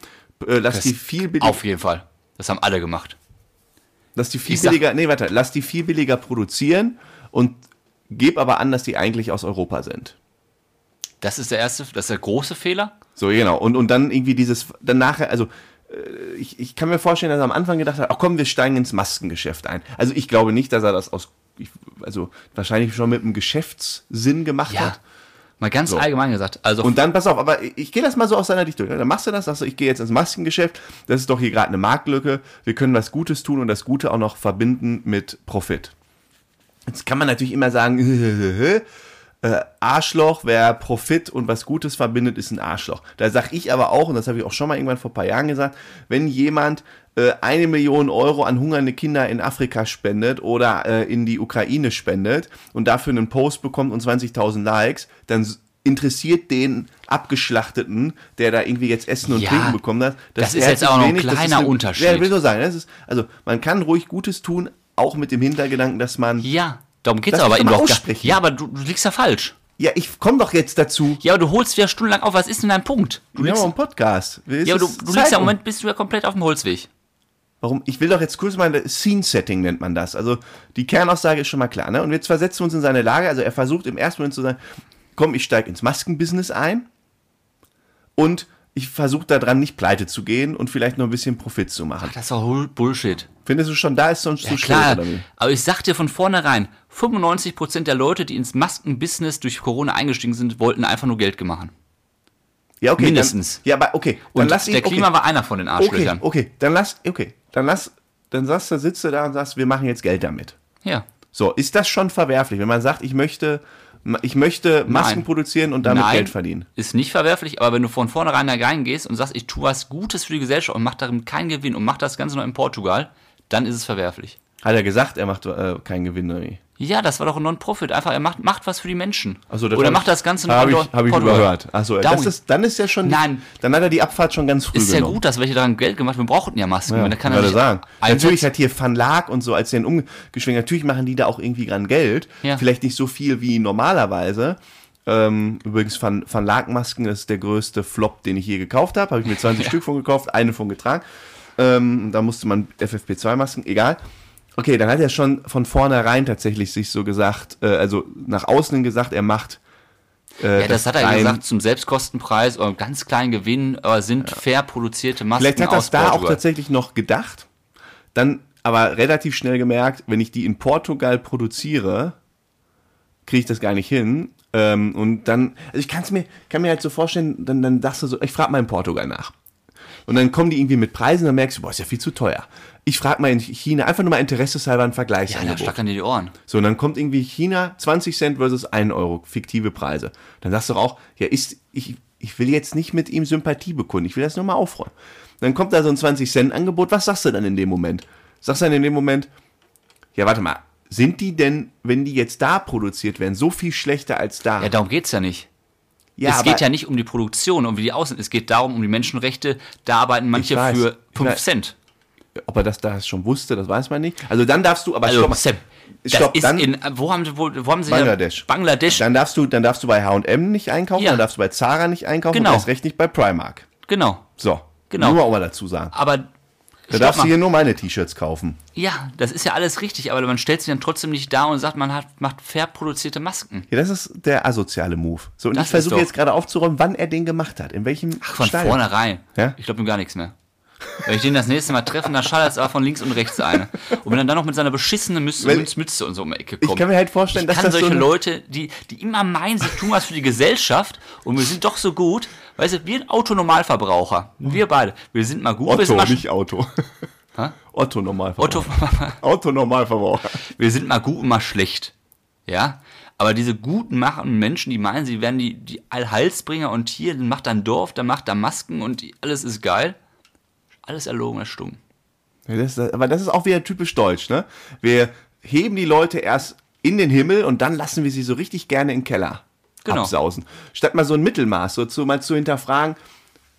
äh, lass die viel billiger, Auf jeden Fall. Das haben alle gemacht. lass die viel ich sag- billiger, nee, warte, lass die viel billiger produzieren und geb aber an, dass die eigentlich aus Europa sind. Das ist der erste, das ist der große Fehler. So, genau. Und, und dann irgendwie dieses, dann nachher, also äh, ich, ich kann mir vorstellen, dass er am Anfang gedacht hat, ach komm, wir steigen ins Maskengeschäft ein. Also ich glaube nicht, dass er das aus, ich, also wahrscheinlich schon mit einem Geschäftssinn gemacht Ja. hat. Mal ganz allgemein gesagt. Also Und dann, pass auf, aber ich, ich gehe das mal so aus seiner Dichtung. Dann machst du das, sagst du, ich gehe jetzt ins Maskengeschäft, das ist doch hier gerade eine Marktlücke, wir können was Gutes tun und das Gute auch noch verbinden mit Profit. Jetzt kann man natürlich immer sagen, äh, Arschloch, wer Profit und was Gutes verbindet, ist ein Arschloch. Da sage ich aber auch, und das habe ich auch schon mal irgendwann vor ein paar Jahren gesagt, wenn jemand äh, eine Million Euro an hungernde Kinder in Afrika spendet oder äh, in die Ukraine spendet und dafür einen Post bekommt und 20.000 Likes, dann s- interessiert den Abgeschlachteten, der da irgendwie jetzt Essen und Ja, Trinken bekommen hat. das der ist jetzt hat sich auch noch ein das ist kleiner eine- Unterschied. Ja, ich will nur sagen, das ist, also man kann ruhig Gutes tun, auch mit dem Hintergedanken, dass man ja, darum geht's Lass aber mich eben doch mal doch. gar- aussprechen. Ja, aber du, du liegst ja falsch. Ja, ich komme doch jetzt dazu. Ja, aber du holst wieder stundenlang auf. Was ist denn dein Punkt? Wir Du haben liegst, auch einen Podcast. Es ja, aber du, ist du liegst ja Zeit, im Moment, bist du ja komplett auf dem Holzweg. Warum? Ich will doch jetzt kurz mal ein Scene-Setting nennt man das. Also die Kernaussage ist schon mal klar. Ne? Und jetzt versetzen wir uns in seine Lage. Also er versucht im ersten Moment zu sagen, komm, ich steige ins Maskenbusiness ein und ich versuche daran nicht pleite zu gehen und vielleicht noch ein bisschen Profit zu machen. Das ist doch Hol- Bullshit. Findest du schon, da ist sonst zu Klar, schlecht oder wie? aber ich sag dir von vornherein, 95% der Leute, die ins Maskenbusiness durch Corona eingestiegen sind, wollten einfach nur Geld machen. Ja, okay. mindestens. Dann, ja, aber okay. Dann Und lass ihn, der Klima war einer von den okay, okay, Arschlöchern. okay, dann lass, okay, dann lass, dann saß, da sitzt du da und sagst, wir machen jetzt Geld damit. Ja. So, ist das schon verwerflich, wenn man sagt, ich möchte, ich möchte Masken Nein. produzieren und damit Nein, Geld verdienen? Ist nicht verwerflich, aber wenn du von vornherein da reingehst und sagst, ich tue was Gutes für die Gesellschaft und mach darin keinen Gewinn und mach das Ganze noch in Portugal, dann ist es verwerflich. Hat er gesagt, er macht äh, keinen Gewinn oder wie? Ja, das war doch ein Non-Profit. Einfach, er macht, macht was für die Menschen. Ach so, Oder Also hab macht ich- das Ganze hab in ich, hab ich Portugal. überhört. Achso, das Down. ist, dann ist ja schon. Nein. Dann hat er die Abfahrt schon ganz früh Ist ja genommen. gut, dass welche daran Geld gemacht haben. Wir brauchten ja Masken. ne? Ja, da kann er würde nicht sagen. einsetzen. Natürlich hat hier Van Laak und so, als den umgeschwingt, natürlich machen die da auch irgendwie dran Geld. Ja. Vielleicht nicht so viel wie normalerweise. Ähm, übrigens, Van, Van Laak Masken, das ist der größte Flop, den ich je gekauft habe. Habe ich mir 20 Stück von gekauft, eine von getragen. Ähm, da musste man FFP2 Masken, egal. Okay, dann hat er schon von vornherein tatsächlich sich so gesagt, äh, also nach außen hin gesagt, er macht. äh, Ja, das hat er ja rein- gesagt zum Selbstkostenpreis oder ganz kleinen Gewinn, aber sind fair produzierte Masken Vielleicht hat das aus da auch Portugal. tatsächlich noch gedacht, dann aber relativ schnell gemerkt, wenn ich die in Portugal produziere, kriege ich das gar nicht hin. Ähm, und dann, also ich kann's mir, kann mir halt so vorstellen, dann, dann dachte so, ich frage mal in Portugal nach. Und dann kommen die irgendwie mit Preisen, dann merkst du, boah, ist ja viel zu teuer. Ich frage mal in China, einfach nur mal interesseshalber einen Vergleich. Ja, da schlackern dir die Ohren. So, und dann kommt irgendwie China 20 Cent versus 1 Euro, fiktive Preise. Dann sagst du doch auch, ja, ist, ich, ich will jetzt nicht mit ihm Sympathie bekunden, ich will das nur mal aufräumen. Dann kommt da so ein 20 Cent Angebot, was sagst du dann in dem Moment? Sagst du dann in dem Moment, ja, warte mal, sind die denn, wenn die jetzt da produziert werden, so viel schlechter als da? Ja, darum geht's ja nicht. Ja, es aber- geht ja nicht um die Produktion und wie die aussehen. Es geht darum, um die Menschenrechte. Da arbeiten manche Ich weiß. für Ich 5 weiß. Cent. ob er das da schon wusste, das weiß man nicht. Also dann darfst du, aber Also, stopp mal. Sam, das Stopp, ist dann- in, wo haben, sie- wo, wo haben sie Bangladesch. Bangladesch, dann darfst du, dann darfst du bei H&M nicht einkaufen, Ja. dann darfst du bei Zara nicht einkaufen, Genau. und erst recht nicht bei Primark. genau. So, Genau. nur um mal auch mal dazu sagen. Aber, Da stopp darfst mal. du hier nur meine T-Shirts kaufen. ja, das ist ja alles richtig, aber man stellt sich dann trotzdem nicht da und sagt, man hat, macht fair produzierte Masken. Ja, das ist der asoziale Move. So, und ich Das ist versuche doch- jetzt gerade aufzuräumen, wann er den gemacht hat. In welchem Ach, Von vornherein. Ja? Ich glaube ihm gar nichts mehr. Wenn ich den das nächste Mal treffe, dann schallert es aber von links und rechts eine. Und wenn er dann noch mit seiner beschissenen Mütze, Weil- Mütze und so um die Ecke kommt. Ich kann mir halt vorstellen, dass kann das solche so eine, Leute, die, die immer meinen, sie tun was für die Gesellschaft und wir sind doch so gut, weißt du, wir ein Autonormalverbraucher, wir beide, wir sind mal gut, wir Otto, sind mal, sch- nicht Auto. Otto Normalverbraucher. Otto, Otto Normalverbraucher. wir sind mal gut und mal schlecht, ja, aber diese guten machenden Menschen, die meinen, sie werden die, die Allheilsbringer und hier, dann macht er ein Dorf, dann macht er Masken und die, alles ist geil, alles erlogen, erstunken. Ja, das ist, aber das ist auch wieder typisch deutsch, ne? Wir heben die Leute erst in den Himmel und dann lassen wir sie so richtig gerne in den Keller Genau. absausen. Statt mal so ein Mittelmaß, so zu, mal zu hinterfragen.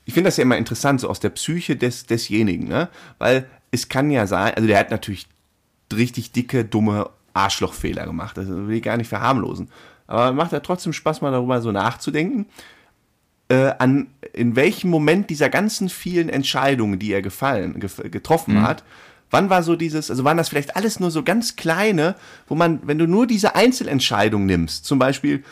Ich finde das ja immer interessant, so aus der Psyche des, desjenigen, ne? Weil es kann ja sein, also der hat natürlich richtig dicke, dumme Arschlochfehler gemacht. Das will ich gar nicht verharmlosen. Aber macht ja trotzdem Spaß, mal darüber so nachzudenken, äh, an, in welchem Moment dieser ganzen vielen Entscheidungen, die er gefallen, gef getroffen Mhm. hat, wann war so dieses, also waren das vielleicht alles nur so ganz kleine, wo man, wenn du nur diese Einzelentscheidung nimmst, zum Beispiel,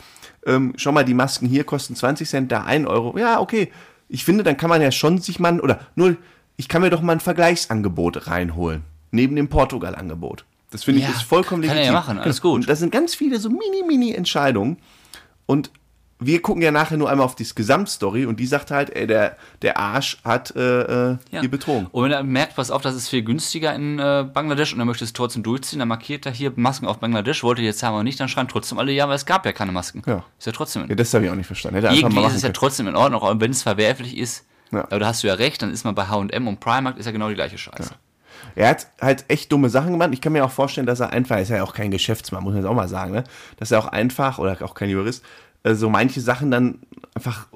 ähm, schau mal, die Masken hier kosten 20 Cent, da 1 Euro. Ja, okay. Ich finde, dann kann man ja schon sich mal, oder nur, ich kann mir doch mal ein Vergleichsangebot reinholen. Neben dem Portugal-Angebot. Das finde ich Ja, ist vollkommen kann er ja legitim. Genau. machen, alles gut. Und das sind ganz viele so mini, mini Entscheidungen. Und wir gucken ja nachher nur einmal auf die Gesamtstory und die sagt halt, ey, der, der Arsch hat äh, äh, Ja. hier betrogen. Und wenn er merkt, pass auf, das ist viel günstiger in äh, Bangladesch und er möchte es trotzdem durchziehen, dann markiert er hier Masken auf Bangladesch, wollte jetzt haben wir nicht, dann schreiben trotzdem alle, ja, weil es gab ja keine Masken. Ja. Ist ja trotzdem in Ja, das habe ich auch nicht verstanden. Hätte er einfach Irgendwie mal ist machen es ja können. trotzdem in Ordnung, auch wenn es verwerflich ist. Ja. Aber da hast du ja recht, dann ist man bei H&M und Primark ist ja genau die gleiche Scheiße. Er hat halt echt dumme Sachen gemacht. Ich kann mir auch vorstellen, dass er einfach, er ist ja auch kein Geschäftsmann, muss man jetzt auch mal sagen, ne? dass er auch einfach, oder auch kein Jurist, äh, so manche Sachen dann einfach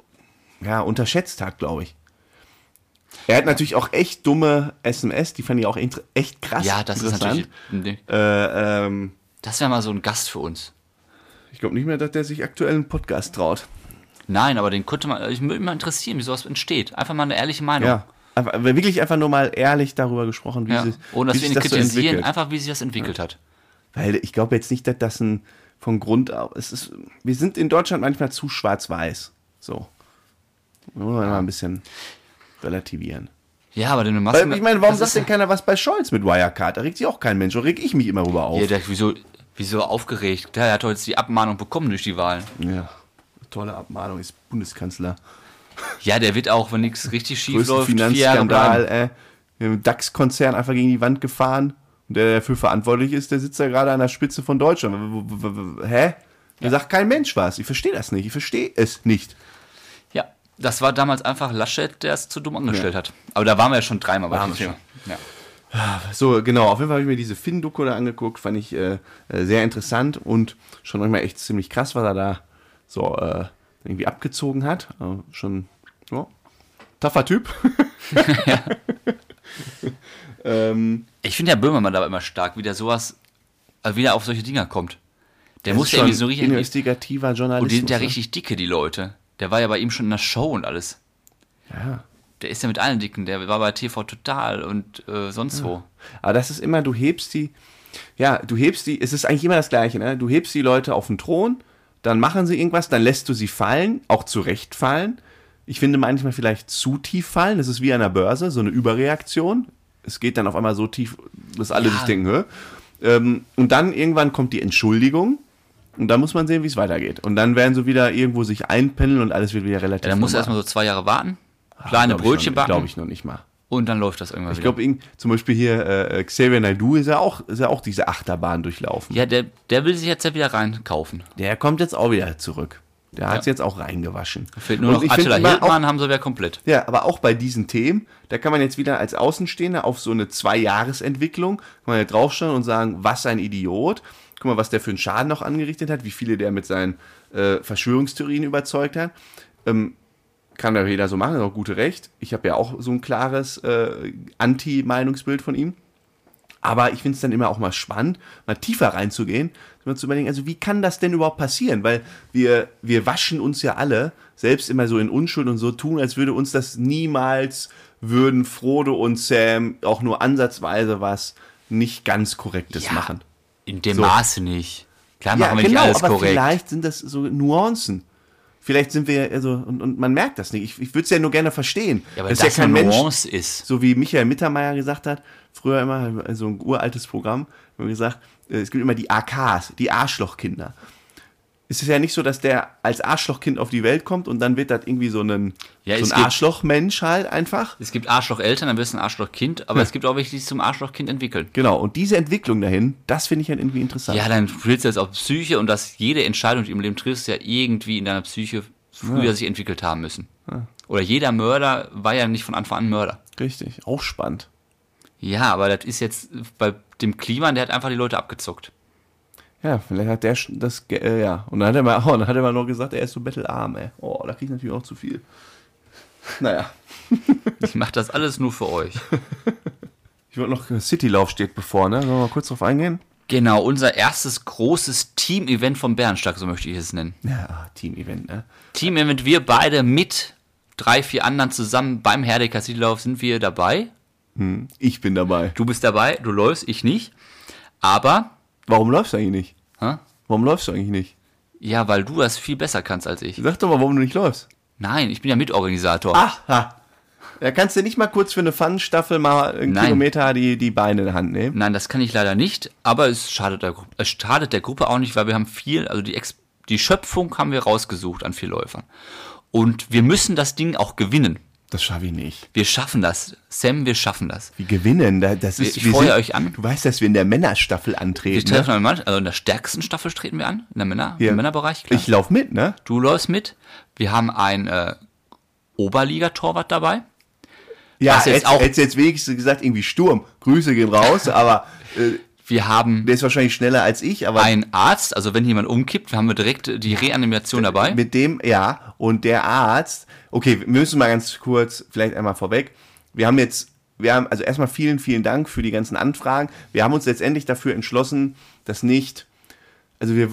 ja, unterschätzt hat, glaube ich. Er hat natürlich auch echt dumme SMS, die fand ich auch inter- echt krass. Ja, das ist interessant. natürlich. ein Ding. Äh, ähm, Das wäre mal so ein Gast für uns. Ich glaube nicht mehr, dass der sich aktuell einen Podcast traut. Nein, aber den könnte man, ich würde mich mal interessieren, wie sowas entsteht. Einfach mal eine ehrliche Meinung. Ja. Einfach, aber wirklich einfach nur mal ehrlich darüber gesprochen, wie, Ja. sie, wie Ohne dass wir sich ihn das so kritisieren, entwickelt. einfach wie sich das entwickelt hat. Weil ich glaube jetzt nicht, dass das ein von Grund auf. Es ist, wir sind in Deutschland manchmal zu schwarz-weiß. So. Da muss man mal ein bisschen relativieren. Ja, aber denn machst Weil, ich meine, warum das sagt denn ist keiner was bei Scholz mit Wirecard? Da regt sich auch kein Mensch. Da reg ich mich immer rüber auf. ja, der, wieso, wieso aufgeregt? Der hat heute die Abmahnung bekommen durch die Wahl. Ja. Tolle Abmahnung ist Bundeskanzler. Ja, der wird auch, wenn nichts richtig schief Größten läuft, vier Jahre Finanzskandal, bleiben. ey. Wir haben den DAX-Konzern einfach gegen die Wand gefahren. Und der, der dafür verantwortlich ist, der sitzt da gerade an der Spitze von Deutschland. W- w- w- Hä? Da sagt kein Mensch was. Ich verstehe das nicht. Ich verstehe es nicht. Ja, das war damals einfach Laschet, der es zu dumm angestellt hat. Aber da waren wir ja schon dreimal bei Waren dem wir Thema. Ja. So, genau. Auf jeden Fall habe ich mir diese Finn-Doku da angeguckt. Fand ich äh, äh, sehr interessant und schon manchmal echt ziemlich krass, was er da so äh, irgendwie abgezogen hat. Äh, schon, ja, taffer Typ. ähm, Ich finde ja Böhmermann dabei immer stark, wie der sowas, äh, wie der auf solche Dinger kommt. Der muss ist ja schon irgendwie so richtig. investigativer ne? Und Journalist. die sind ja richtig dicke, die Leute. Der war ja bei ihm schon in der Show und alles. Ja. Der ist ja mit allen Dicken. Der war bei TV Total und äh, sonst wo. Aber das ist immer, du hebst die, ja, du hebst die, es ist eigentlich immer das Gleiche, ne? Du hebst die Leute auf den Thron, dann machen sie irgendwas, dann lässt du sie fallen, auch zurecht fallen. Ich finde manchmal vielleicht zu tief fallen, das ist wie an der Börse, so eine Überreaktion. Es geht dann auf einmal so tief, dass alle Ja. sich denken, hä? Ähm, und dann irgendwann kommt die Entschuldigung und dann muss man sehen, wie es weitergeht. Und dann werden sie wieder irgendwo sich einpendeln und alles wird wieder relativ Ja, dann musst du erstmal so zwei Jahre warten, kleine Brötchen backen Glaube ich noch nicht mal. und dann läuft das irgendwann Ich wieder. glaube, irgend- zum Beispiel hier äh, Xavier Naidoo ist ja auch, ist ja auch diese Achterbahn durchlaufen. Ja, der, der will sich jetzt ja wieder reinkaufen. Der kommt jetzt auch wieder zurück. Der hat's hat es Ja. jetzt auch reingewaschen. Fehlt nur Und noch ich find Attila immer auch, Hildmann, haben sie wieder komplett. Ja, aber auch bei diesen Themen, da kann man jetzt wieder als Außenstehender auf so eine Zwei-Jahres-Entwicklung kann man ja draufschauen und sagen, was ein Idiot. Guck mal, was der für einen Schaden noch angerichtet hat, wie viele der mit seinen äh, Verschwörungstheorien überzeugt hat. kann ja jeder so machen, ist auch gute Recht. Ich habe ja auch so ein klares äh, Anti-Meinungsbild von ihm. Aber ich finde es dann immer auch mal spannend, mal tiefer reinzugehen, mal zu überlegen, also wie kann das denn überhaupt passieren? Weil wir, wir waschen uns ja alle selbst immer so in Unschuld und so tun, als würde uns das niemals, würden Frodo und Sam auch nur ansatzweise was nicht ganz Korrektes Ja, machen. In dem So. genau, Maße nicht. Klar machen wir nicht alles aber korrekt. vielleicht sind das so Nuancen. Vielleicht sind wir, also, und, und man merkt das nicht. Ich, ich würde es ja nur gerne verstehen. Ja, aber Das das ist ja kein eine Mensch, Nuance ist. so wie Michael Mittermeier gesagt hat, früher immer, so ein uraltes Programm, haben wir gesagt, äh, es gibt immer die AKs, die Arschlochkinder. Es ist ja nicht so, dass der als Arschlochkind auf die Welt kommt und dann wird das irgendwie so ein, Ja, so es ein gibt- Arschlochmensch halt einfach. Es gibt Arschlocheltern, dann wirst du ein Arschlochkind, aber es gibt auch welche, die sich zum Arschlochkind entwickeln. Genau, und diese Entwicklung dahin, das finde ich halt irgendwie interessant. Ja, dann spielst du jetzt auf Psyche und dass jede Entscheidung, die du im Leben triffst, ja irgendwie in deiner Psyche früher sich entwickelt haben müssen. Oder jeder Mörder war ja nicht von Anfang an Mörder. Richtig, auch spannend. Ja, aber das ist jetzt bei dem Klima, der hat einfach die Leute abgezockt. Ja, vielleicht hat der sch- das, ge- äh, ja. Und dann hat er mal, oh, dann hat er mal noch gesagt, er ist so bettelarm, ey. Oh, da krieg ich natürlich auch zu viel. Naja, Ich mache das alles nur für euch. ich wollte noch, äh, Citylauf steht bevor, ne? Sollen wir mal kurz drauf eingehen? Genau, unser erstes großes Team-Event vom Bärenstark, so möchte ich es nennen. Ja, Team-Event, ne? Team-Event, wir beide mit drei, vier anderen zusammen beim Herdecker Citylauf sind wir dabei. Ich bin dabei. Du bist dabei, du läufst, ich nicht. Aber, Warum läufst du eigentlich nicht? hä? Warum läufst du eigentlich nicht? ja, weil du das viel besser kannst als ich. Sag doch mal, warum du nicht läufst. Nein, ich bin ja Mitorganisator. Aha. Da kannst du nicht mal kurz für eine Pfannenstaffel mal einen Nein. Kilometer die, die Beine in der Hand nehmen. Nein, das kann ich leider nicht, aber es schadet der, Gru- es schadet der Gruppe auch nicht, weil wir haben viel, also die, Ex die Schöpfung haben wir rausgesucht an vier Läufern. Und wir müssen das Ding auch gewinnen. Das schaffe ich nicht. Wir schaffen das. Sam, wir schaffen das. Wir gewinnen. da- Das ist, Ich wir freue euch an. Du weißt, dass wir in der Männerstaffel antreten. Wir treffen in, manch, also in der stärksten Staffel treten wir an, in der Männer, Ne? Ja. im Männerbereich. ne? Klar. Ich lauf mit, ne? du läufst mit. Wir haben einen äh, Oberliga-Torwart dabei. Ja, Was jetzt jetzt auch- auch. Hättest jetzt wenigstens gesagt, irgendwie Sturm. Grüße gehen raus, aber äh, Wir haben der ist wahrscheinlich schneller als ich, aber einen Arzt, also wenn jemand umkippt, haben wir direkt äh, die Reanimation dabei. Mit dem, ja, und der Arzt, okay, wir müssen mal ganz kurz, vielleicht einmal vorweg. Wir haben jetzt, wir haben, also erstmal vielen, vielen Dank für die ganzen Anfragen. Wir haben uns letztendlich dafür entschlossen, das nicht also wir,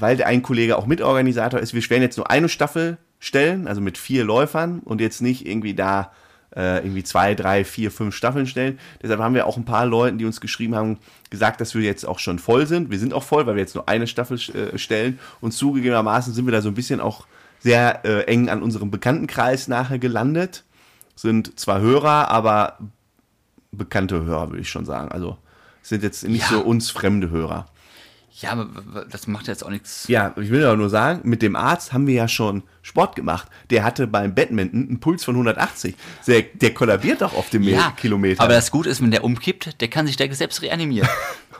weil ein Kollege auch Mitorganisator ist, wir stellen jetzt nur eine Staffel stellen, also mit vier Läufern und jetzt nicht irgendwie da äh, irgendwie zwei, drei, vier, fünf Staffeln stellen. Deshalb haben wir auch ein paar Leuten, die uns geschrieben haben, gesagt, dass wir jetzt auch schon voll sind. Wir sind auch voll, weil wir jetzt nur eine Staffel äh, stellen und zugegebenermaßen sind wir da so ein bisschen auch sehr äh, eng an unserem Bekanntenkreis nachher gelandet. Sind zwar Hörer, aber bekannte Hörer, würde ich schon sagen. Also sind jetzt nicht Ja. so uns fremde Hörer. Ja, aber w- w- das macht ja jetzt auch nichts. Ja, ich will aber nur sagen, mit dem Arzt haben wir ja schon Sport gemacht. Der hatte beim Badminton einen Puls von 180. Der, der kollabiert doch auf dem Ja, Kilometer. aber das Gute ist, wenn der umkippt, der kann sich direkt selbst reanimieren.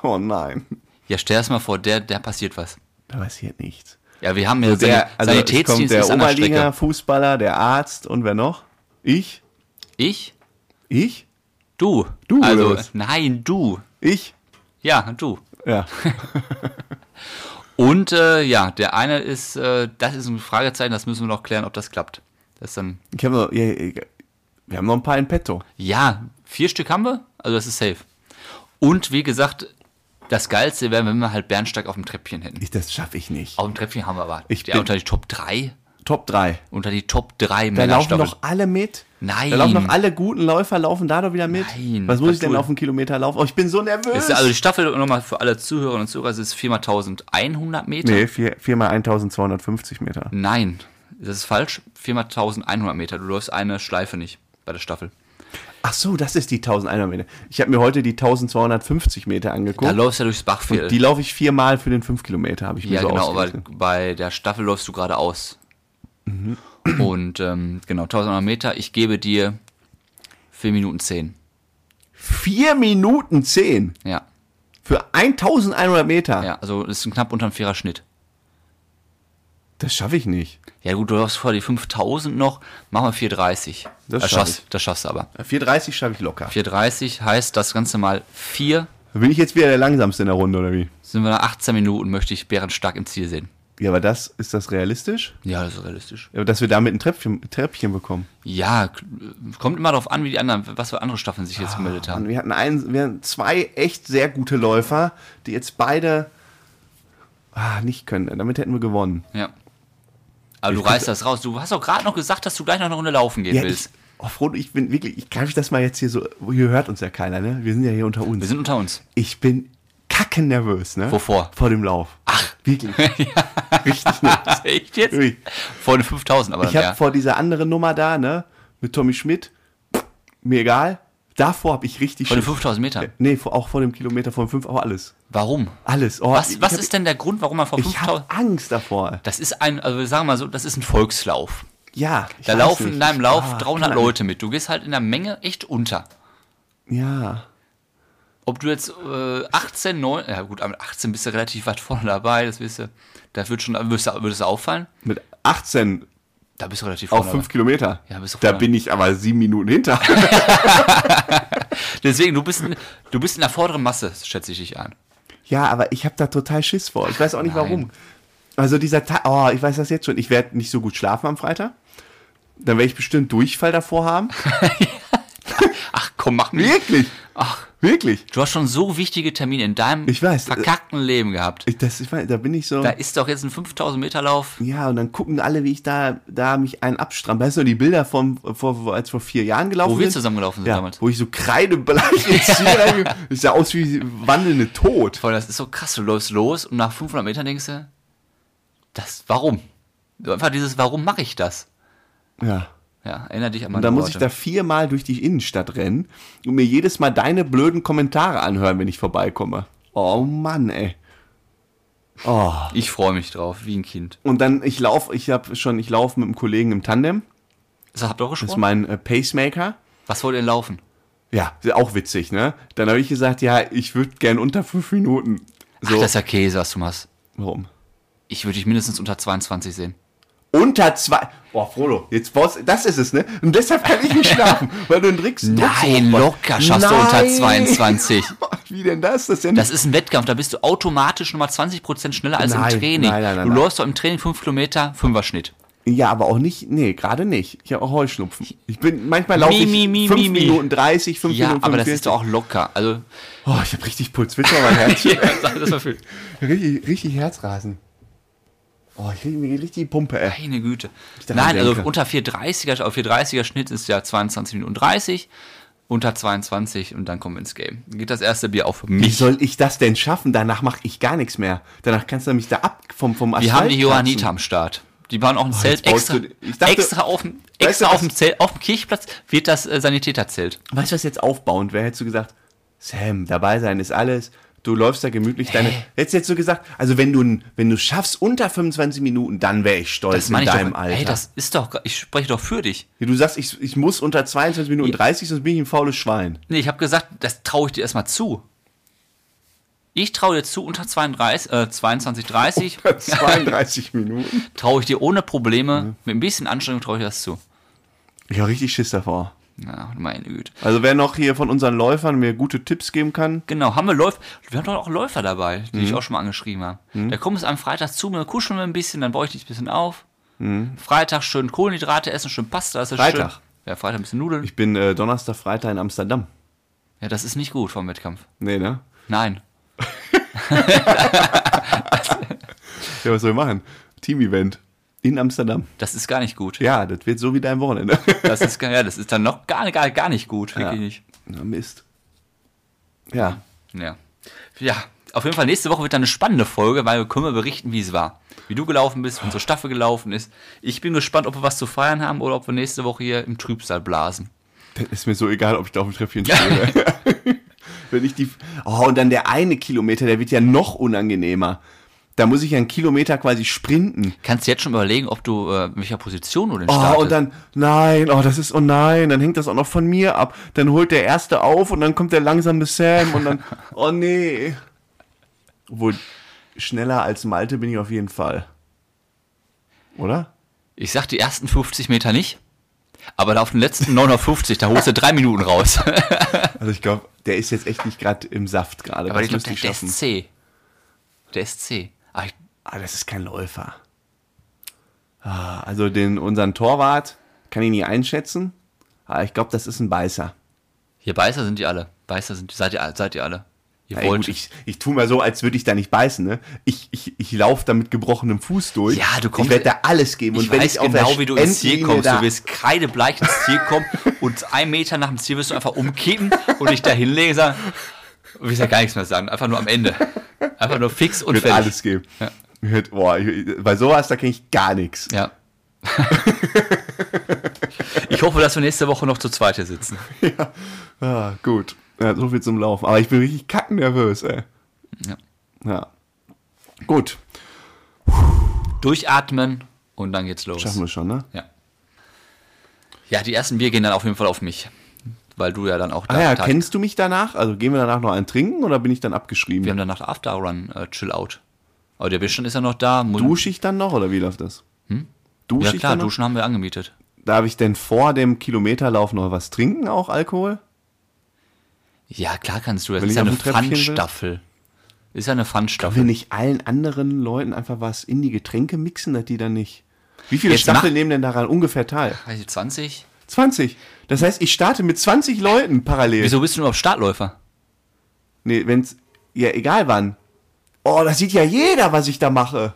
oh nein, ja, stell dir mal vor, der, der passiert was. da passiert nichts. Ja, wir haben ja Der, San- also es kommt Sanitätsdienst der ist an der Strecke. Oberliga, Fußballer, der Arzt und wer noch? Ich? Ich? Ich? Du. Du, Also, oder was? nein, du. Ich? Ja, du. Ja. Und äh, ja, der eine ist, äh, das ist ein Fragezeichen, das müssen wir noch klären, ob das klappt. Das ist dann, Ich hab noch, ja, ja, wir haben noch ein paar in petto. ja, vier Stück haben wir, also das ist safe. Und wie gesagt, das Geilste wäre, wenn wir halt Bernsteig auf dem Treppchen hätten. Ich, das schaffe ich nicht. Auf dem Treppchen haben wir aber. Ich ja, bin- unter die Top 3. Top 3. Unter die Top 3 Da laufen Männerstaffeln. doch alle mit. Nein. Da laufen doch alle guten Läufer, laufen da doch wieder mit. Nein, Was muss ich was denn du- auf einen Kilometer laufen? Oh, ich bin so nervös. Ist also die Staffel nochmal für alle Zuhörerinnen und Zuhörer, es ist 4 mal 1100 Meter. Nee, 4, mal 1250 Meter. Nein, das ist falsch. 4 mal 1100 Meter. Du läufst eine Schleife nicht bei der Staffel. Ach so, das ist die 1100 Meter. Ich habe mir heute die 1250 Meter Da angeguckt. läufst du ja durchs Bachfeld. Die laufe ich viermal für den 5 Kilometer, habe ich mir Äh, Ja, so genau, aber ausgerechnet. bei der Staffel läufst du geradeaus. Mhm. Und ähm, genau, 1100 Meter. Ich gebe dir 4 Minuten 10. 4 Minuten 10 Ja, für 1100 Meter. ja. Also das ist ein knapp unter ein vierer Schnitt. Das schaffe ich nicht. Ja gut, du läufst vor die 5000 noch. Mach mal 430. Das schaff schaffst, das schaffst du aber. 4,30 Äh, schaffe ich locker. 430 heißt das Ganze mal 4. Bin ich jetzt wieder der Langsamste in der Runde, oder wie? Sind wir nach 18 Minuten, möchte ich Bären stark im Ziel sehen. Ja, aber das, ist das realistisch? Ja, das ist realistisch. Ja, Dass wir damit ein Treppchen, Treppchen bekommen. Ja, k- kommt immer darauf an, wie die anderen, was für andere Staffeln sich jetzt gemeldet haben. Und wir hatten einen, wir hatten zwei echt sehr gute Läufer, die jetzt beide ah, nicht können. Damit hätten wir gewonnen. Ja. Aber du reißt das raus. Du hast doch gerade noch gesagt, dass du gleich noch eine Runde laufen gehen Ja, ich, willst. oh Frodo, ich bin wirklich, ich greife das mal jetzt hier so, hier hört uns ja keiner, ne? Wir sind ja hier unter Wir uns. sind unter uns. Ich bin kacken nervös, ne? Wovor? Vor dem Lauf. Ach, wirklich. Richtig nervös. Echt jetzt? Ui. Vor den 5000, aber Ich habe ja. vor dieser anderen Nummer da, ne? Mit Tommy Schmidt, mir egal. Davor habe ich richtig Vor den Schiss. 5000 Metern. Nee, vor, auch vor dem Kilometer, vor dem 5, auch alles. Warum? Alles. Oh, Was, ich was hab, ist denn der Grund, warum man vor Ich habe 5000. Angst davor. Das ist ein, also wir sagen mal so, das ist ein Volkslauf. Ja. ich Da weiß laufen in nicht. deinem Lauf Ah, 300 kann- Leute mit. Du gehst halt in der Menge echt unter. Ja. Ob du jetzt äh, 18, 9, ja gut, am 18 bist du relativ weit vorne dabei, das wirst du, da wird schon, würdest du, würdest du auffallen? Mit 18 Da bist du relativ vorne auf 5 Kilometer. Ja, bist du da vorne. bin ich aber sieben Minuten hinter. dabei. Deswegen, du bist, in- du bist in der vorderen Masse, schätze ich dich an. Ja, aber ich habe da total Schiss vor. Ich weiß auch nicht Nein. warum. Also dieser Tag, oh, ich weiß das jetzt schon. Ich werde nicht so gut schlafen am Freitag. Dann werde ich bestimmt Durchfall davor haben. Ach komm, mach mich. Wirklich? Ach, Wirklich? du hast schon so wichtige Termine in deinem Ich weiß. äh, verkackten Leben gehabt. Ich, das, ich mein, da bin ich so. Da ist doch jetzt ein 5000 Meter Lauf. ja, und dann gucken alle, wie ich da, da mich einen abstrampel. Weißt du, die Bilder vom, vor, vor, als vor vier Jahren gelaufen Wo wir sind? zusammengelaufen sind ja, damals. Wo ich so kreidebleich ins Ziel reinge- Ich sah aus wie wandelnde Tod. Voll, das ist so krass. Du läufst los und nach 500 Metern denkst du, das, warum? So Einfach dieses, warum mache ich das? Ja. Ja, erinnere dich an meine Und dann muss ich Worte. da viermal durch die Innenstadt rennen und mir jedes Mal deine blöden Kommentare anhören, wenn ich vorbeikomme. Oh Mann, ey. Oh. Ich freue mich drauf, wie ein Kind. Und dann, ich laufe, ich habe schon, ich laufe mit einem Kollegen im Tandem. Das habt ihr auch Das ist gesprochen? mein äh, Pacemaker. Was wollt ihr denn laufen? Ja, ist auch witzig, ne? Dann habe ich gesagt, ja, ich würde gern unter fünf Minuten. Ach, So. das ist ja Käse, was du machst. Warum? Ich würde dich mindestens unter 22 sehen. Unter zwei. Boah, Frodo, jetzt brauchst Das ist es, ne? Und deshalb kann ich nicht schlafen, weil du einen Dricks. Nein, locker schaffst du unter 22. Wie denn das? Das ist ja nicht Das ist ein Wettkampf, da bist du automatisch nochmal 20% schneller als Nein, im Training. nein, nein, nein, du nein. läufst doch im Training 5 Kilometer, 5er Schnitt. Ja, aber auch nicht, nee, gerade nicht. Ich habe auch Heuschnupfen. Ich bin, manchmal laufe ich Mi, mi, mi, 5 mi, mi. Minuten 30, 5 Ja, Minuten aber das 45. ist doch auch locker. Also, oh, ich habe richtig Pulswitzer, mein Herz. ja, das war viel. richtig, richtig Herzrasen. Oh, ich kriege mir richtig die Pumpe, ey. Meine Güte. daran Nein, also denke. unter 430er, auf 430er Schnitt ist ja 22 Minuten 30, unter 22 und dann kommen wir ins Game. Geht das erste Bier auf Wie mich. soll ich das denn schaffen? Danach mache ich gar nichts mehr. Danach kannst du mich da ab vom, vom Asphalt Wir haben die Johanniter kratzen. am Start. Die waren auch ein Zelt Oh, jetzt baust extra, du- ich dachte- extra, auf, dem- du extra auf was? dem Zelt, auf dem Kirchplatz wird das äh, Sanitäterzelt. Weißt du, was jetzt aufbauend wäre? Hättest du gesagt, Sam, dabei sein ist alles. Du läufst da gemütlich deine. Hättest du jetzt so gesagt, also wenn du n- wenn du schaffst unter 25 Minuten, dann wäre ich stolz Das in meine ich deinem doch. Alter. Ey, das ist doch, ich spreche doch für dich. du sagst, ich, ich muss unter 22 Minuten 30, sonst bin ich ein faules Schwein. Nee, ich habe gesagt, das traue ich dir erstmal zu. Ich traue dir zu, unter 32, äh, 22, 30 Unter 32 Minuten. traue ich dir ohne Probleme, mit ein bisschen Anstrengung traue ich dir das zu. Ich habe richtig Schiss davor. Ja, meine Güte. Also wer noch hier von unseren Läufern mir gute Tipps geben kann, Genau, haben wir Läufer. Wir haben doch auch Läufer dabei, die Mhm. ich auch schon mal angeschrieben habe. Da kommen sie am Freitag zu mir, kuscheln wir ein bisschen, dann baue ich dich ein bisschen auf. Freitag schön Kohlenhydrate essen, schön Pasta. Das ist Mhm. Freitag? Schön. Ja, Freitag ein bisschen Nudeln. ich bin äh, Donnerstag, Freitag in Amsterdam. ja, das ist nicht gut vom Wettkampf. Nee, ne? Nein. Ja, was soll ich machen? Team-Event in Amsterdam. Das ist gar nicht gut. Ja, das wird so wie dein Wochenende. Das ist, gar- ja, das ist dann noch gar, gar, gar nicht gut. Wirklich Ja. nicht. Na Mist. Ja. Ja. Ja, auf jeden Fall nächste Woche wird dann eine spannende Folge, weil wir können wir berichten, wie es war. Wie du gelaufen bist, wie unsere Staffel gelaufen ist. Ich bin gespannt, ob wir was zu feiern haben oder ob wir nächste Woche hier im Trübsal blasen. Das ist mir so egal, ob ich da auf dem Treppchen stehe. Wenn ich die. Oh, und dann der eine Kilometer, der wird ja noch unangenehmer. Da muss ich ja einen Kilometer quasi sprinten. Kannst du jetzt schon überlegen, ob du äh, in welcher Position du denn Oh, startest? und dann, nein, oh, das ist, oh nein, dann hängt das auch noch von mir ab. Dann holt der Erste auf und dann kommt der langsame Sam und dann, oh nee. Obwohl, schneller als Malte bin ich auf jeden Fall. Oder? ich sag die ersten 50 Meter nicht, aber da auf den letzten 950, da holst du drei Minuten raus. Also ich glaube, der ist jetzt echt nicht gerade im Saft gerade. aber Das ich glaube, müsste der, ich der schaffen. ist C. Der ist C. Ah, ich, Ah, das ist kein Läufer. Ah, also den, unseren Torwart kann ich nie einschätzen. Aber ich glaube, das ist ein Beißer. hier Beißer sind die alle. Beißer sind seid ihr, seid ihr alle. Ihr Ja, ey, wollt. gut, ich, ich tue mal so, als würde ich da nicht beißen. Ne? Ich, ich, ich laufe da mit gebrochenem Fuß durch. Ja, du kommst- Ich werde da alles geben. ich weiß genau, wie du ins Ziel Endlinie kommst. Da, Du wirst kreidebleich ins Ziel kommen und einen Meter nach dem Ziel wirst du einfach umkippen und dich da hinlegen und sagen, du wirst ja gar nichts mehr sagen. Einfach nur am Ende. Einfach nur fix und wird fertig. alles geben. Ich werd- boah, ich, bei sowas, da kenne ich gar nichts. Ja. ich hoffe, dass wir nächste Woche noch zu zweit hier sitzen. Ah, gut. Ja, so viel zum Laufen. Aber ich bin richtig kackennervös, ey. Ja. Ja. Gut, Durchatmen und dann geht's los. schaffen wir schon, ne? Ja. ja, die ersten Bier gehen dann auf jeden Fall auf mich. Weil du ja dann auch da Ah ja, da- kennst du mich danach? Also gehen wir danach noch einen trinken oder bin ich dann abgeschrieben? Wir haben dann nach der After Run äh, Chill Out. Aber der Bierstand ist ja noch da. Muss- Dusche ich dann noch oder wie läuft das? Dusche Hm? Ja ich klar, dann noch? duschen haben wir angemietet. Darf ich denn vor dem Kilometerlauf noch was trinken, auch Alkohol? Ja, klar kannst du. Das Wenn ist ich ja auf eine dem Treppchen will? Pfandstaffel. Ist ja eine Pfandstaffel. Will nicht allen anderen Leuten einfach was in die Getränke mixen, dass die dann nicht. Wie viele Jetzt Staffeln mach- nehmen denn daran ungefähr teil? Weiß ich, 20? 20. Das heißt, ich starte mit 20 Leuten parallel. Wieso bist du überhaupt Startläufer? Nee, wenn's. Ja, egal wann. Oh, das sieht ja jeder, was ich da mache.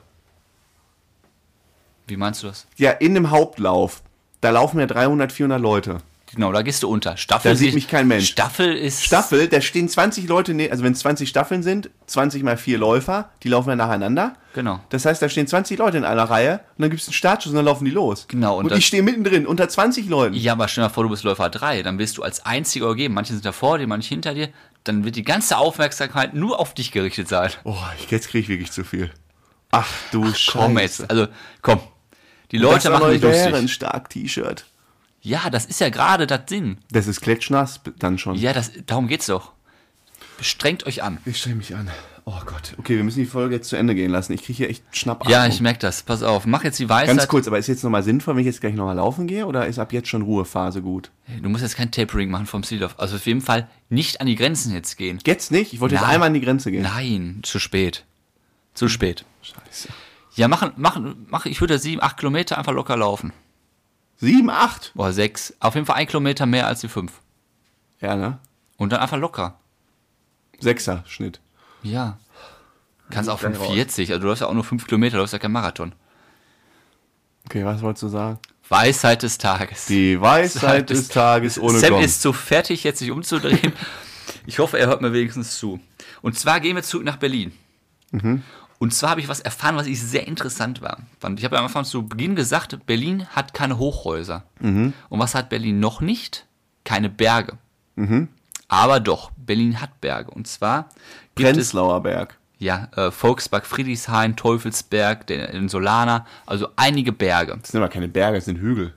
Wie meinst du das? Ja, in dem Hauptlauf. Da laufen ja 300, 400 Leute. Genau, da gehst du unter. Staffel Da sieht ist- mich kein Mensch. Staffel ist. Staffel, da stehen 20 Leute, ne- also wenn es 20 Staffeln sind, 20 mal 4 Läufer, die laufen ja nacheinander. Genau. Das heißt, da stehen 20 Leute in einer Reihe und dann gibt es einen Startschuss und dann laufen die los. Genau, und Und, das- ich stehe mittendrin, unter 20 Leuten. Ja, aber stell dir mal vor, du bist Läufer 3, dann wirst du als einziger übergeben. Manche sind da vor dir, manche hinter dir. Dann wird die ganze Aufmerksamkeit nur auf dich gerichtet sein. Oh, ich- jetzt kriege ich wirklich zu viel. Ach du Scheiße. Komm jetzt, also komm. Die Das Leute aber machen dich wäre ein lustig. stark T-Shirt. Ja, das ist ja gerade das Sinn. Das ist klatschnass dann schon. Ja, das, darum geht's doch. Strengt euch an. Ich streng mich an. Oh Gott. Okay, wir müssen die Folge jetzt zu Ende gehen lassen. Ich kriege hier echt Schnappatmung. Ja, ich merk das. Pass auf, mach jetzt die Weisheit. Ganz kurz, aber ist jetzt nochmal sinnvoll, wenn ich jetzt gleich nochmal laufen gehe oder ist ab jetzt schon Ruhephase gut? Du musst jetzt kein Tapering machen vom Ziel auf. Also auf jeden Fall nicht an die Grenzen jetzt gehen. Jetzt nicht? Ich wollte jetzt Nein. einmal an die Grenze gehen. Nein, zu spät. Zu spät. Scheiße. Ja, machen, machen, mach, ich würde sieben, acht Kilometer einfach locker laufen. Sieben, acht? Boah, sechs. Auf jeden Fall ein Kilometer mehr als die fünf. Ja, ne? Und dann einfach locker. Sechser Schnitt. Ja. Kannst auch 45, also du läufst ja auch nur fünf Kilometer, läufst ja kein Marathon. Okay, was wolltest du sagen? Weisheit des Tages. Die Weisheit des Tages ohne Sam Gong. ist so fertig, jetzt sich umzudrehen. ich hoffe, er hört mir wenigstens zu. Und zwar gehen wir zurück nach Berlin. Mhm. Und zwar habe ich was erfahren, was ich sehr interessant war. fand. Ich habe ja am Anfang zu Beginn gesagt, Berlin hat keine Hochhäuser. Mhm. Und was hat Berlin noch nicht? Keine Berge. Mhm. Aber doch, Berlin hat Berge. Und zwar gibt es Prenzlauer Berg. ja, äh, Volksberg, Friedrichshain, Teufelsberg, den, den Solana, also einige Berge. Das sind aber keine Berge, das sind Hügel.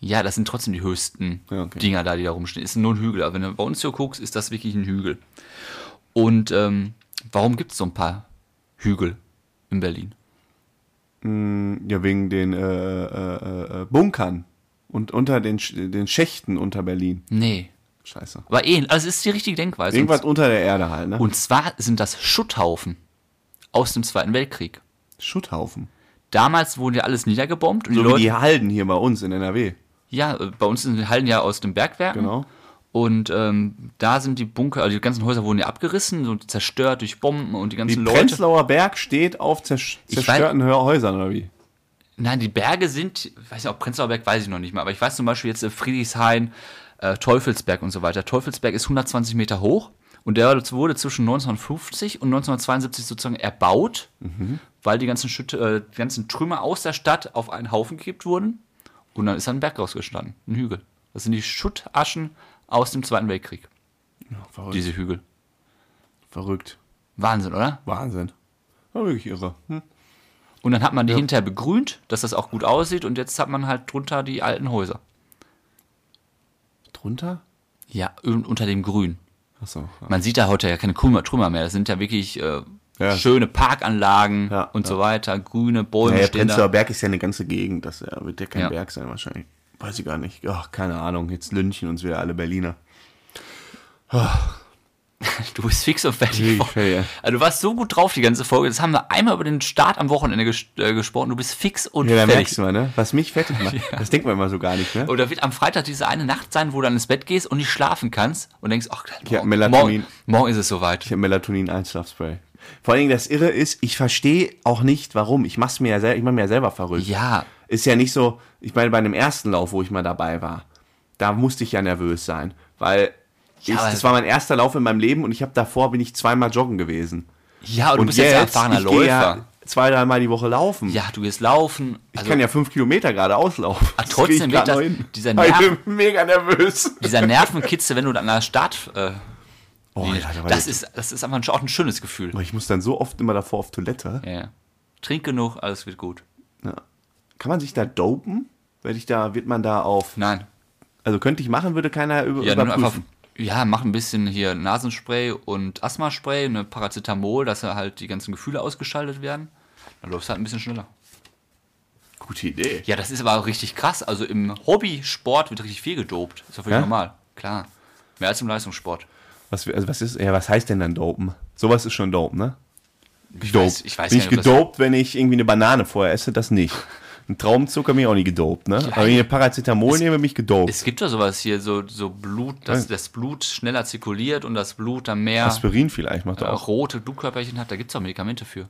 Ja, das sind trotzdem die höchsten Ja, okay. Dinger da, die da rumstehen. Ist nur ein Hügel. Aber wenn du bei uns hier guckst, ist das wirklich ein Hügel. Und ähm, warum gibt es so ein paar Hügel in Berlin? Ja, wegen den äh, äh, äh, äh, Bunkern und unter den, Sch den Schächten unter Berlin. Nee. Scheiße. Aber eh, also es ist die richtige Denkweise. Irgendwas unter der Erde halt, ne? Und, und zwar sind das Schutthaufen aus dem Zweiten Weltkrieg. Schutthaufen. Damals wurden ja alles niedergebombt und So die wie Leute. die Halden hier bei uns in NRW. Ja, äh, bei uns sind die Hallen ja aus dem Bergwerk. Genau. Und ähm, da sind die Bunker, also die ganzen Häuser wurden ja abgerissen und zerstört durch Bomben und die Die ganzen Leute. Prenzlauer Berg steht auf zersch Ich weiß- zerstörten Hör- Häusern, oder wie? Nein, die Berge sind, ich weiß nicht, ob Prenzlauer Berg weiß ich noch nicht mal, aber ich weiß zum Beispiel jetzt äh, Friedrichshain, äh, Teufelsberg und so weiter. Teufelsberg ist 120 Meter hoch und der wurde zwischen 1950 und 1972 sozusagen erbaut, weil die ganzen, Schütt, äh, die ganzen Trümmer aus der Stadt auf einen Haufen gekippt wurden und dann ist da ein Berg rausgestanden, ein Hügel. Das sind die Schuttaschen aus dem Zweiten Weltkrieg, verrückt. diese Hügel. verrückt. Wahnsinn, oder? Wahnsinn. War wirklich irre. Hm. Und dann hat man die hinterher begrünt, dass das auch gut aussieht und jetzt hat man halt drunter die alten Häuser. Drunter? Ja, un- unter dem Grün. Achso. Man sieht da heute ja keine Krümmer, Trümmer mehr. Das sind ja wirklich äh, Ja. schöne Parkanlagen Ja, und so weiter, grüne Bäume Naja, stehen Prenzlauer da. Berg ist ja eine ganze Gegend. Das äh, wird ja kein Ja. Berg sein wahrscheinlich. Weiß ich gar nicht. Ach, keine Ahnung. Jetzt lünchen uns wieder alle Berliner. Du bist fix und fertig. Ich fail. Also du warst so gut drauf die ganze Folge. Das haben wir einmal über den Start am Wochenende ges äh, gesprochen. Du bist fix und Ja, da merkst fertig. du mal, ne? Was mich fertig macht. Das denkt man immer so gar nicht, ne? Oder wird am Freitag diese eine Nacht sein, wo du dann ins Bett gehst und nicht schlafen kannst und denkst, ach, Ja, morgen, Melatonin. morgen, morgen ist es soweit. Ich habe Melatonin-Einschlafspray. Vor allen Dingen das Irre ist, ich verstehe auch nicht, warum. Ich mach's mir ja selber, ich mach mir ja selber verrückt. Ja, Ist ja nicht so, ich meine, bei dem ersten Lauf, wo ich mal dabei war, da musste ich ja nervös sein, weil ich, aber- das war mein erster Lauf in meinem Leben und ich habe davor bin ich zweimal joggen gewesen. ja, und du bist jetzt, ein erfahrener ich gehe Läufer. ja Ja, zwei, dreimal die Woche laufen. du gehst laufen. Ich Also kann ja fünf Kilometer geradeaus laufen. Ah, trotzdem krieg ich grad wird das- noch hin. dieser Aber ich Nerv- bin mega nervös. dieser Nervenkitzel, wenn du dann an der Start... Äh, Oh, Nee, Alter, das, ist, das ist einfach ein, auch ein schönes Gefühl. ich muss dann so oft immer davor auf Toilette. Ja, ja. Trink genug, alles wird gut. Ja. Kann man sich da dopen? Werde ich da, wird man da auf. Nein. Also könnte ich machen, würde keiner über, Ja, nimm einfach, überprüfen. ja, mach ein bisschen hier Nasenspray und Asthmaspray, eine Paracetamol, dass halt die ganzen Gefühle ausgeschaltet werden. Dann läufst du halt ein bisschen schneller. Gute Idee. Ja, das ist aber auch richtig krass. Also im Hobbysport wird richtig viel gedopt. Ist ja völlig Ja? normal. Klar. Mehr als im Leistungssport. Was, wir- also was ist, ja, was heißt denn dann dopen? Sowas ist schon dope, ne? Ich Dope. weiß, ich weiß bin gar ich nicht, ob das- gedopt, wenn ich irgendwie eine Banane vorher esse? Das nicht. Ein Traumzucker bin ich auch nie gedopt, ne? Aber wenn ich eine Paracetamol nehme, bin ich gedopt. Es gibt ja sowas hier, so, so Blut, dass Ja. das Blut schneller zirkuliert und das Blut dann mehr Aspirin vielleicht macht äh, auch. rote Blutkörperchen hat. Da gibt es auch Medikamente für.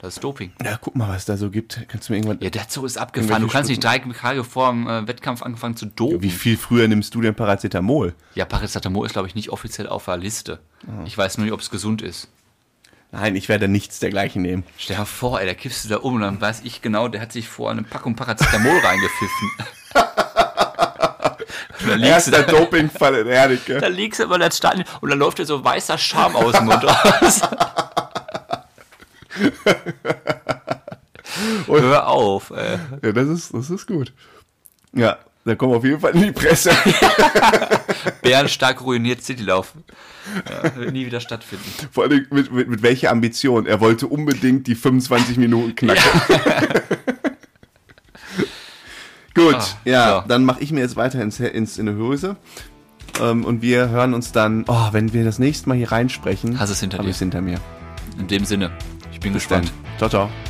Das ist Doping. Ja, guck mal, was es da so gibt. Kannst du mir irgendwann. Ja, der Zug ist abgefahren. Du kannst nicht drei Tage vor dem äh, Wettkampf angefangen zu dopen. Wie viel früher nimmst du denn Paracetamol? Ja, Paracetamol ist, glaube ich, nicht offiziell auf der Liste. Ah. Ich weiß nur nicht, ob es gesund ist. Nein, ich werde nichts dergleichen nehmen. Stell dir vor, ey, da kippst du da um und dann weiß ich genau, der hat sich vor eine Packung Paracetamol reingepfiffen. und dann liegst, du Erster da, Dopingfall in Erdeke. dann liegst du immer in der Stadt und dann läuft dir so weißer Scham aus dem Mund raus. Hör auf, äh, ey. Ja, das ist, das ist gut. Ja, da kommen wir auf jeden Fall in die Presse. Bärenstark ruiniert Citylauf. Ja, wird nie wieder stattfinden. Vor allem mit, mit, mit welcher Ambition. Er wollte unbedingt die 25 Minuten knacken. gut, Ah, ja, ja. dann mache ich mir jetzt weiter ins, ins, in die Hose. Ähm, und wir hören uns dann, oh, wenn wir das nächste Mal hier reinsprechen. Hast du es hinter hab dir. ich's hinter mir. In dem Sinne, ich bin Bis gespannt. dann. Ciao, ciao.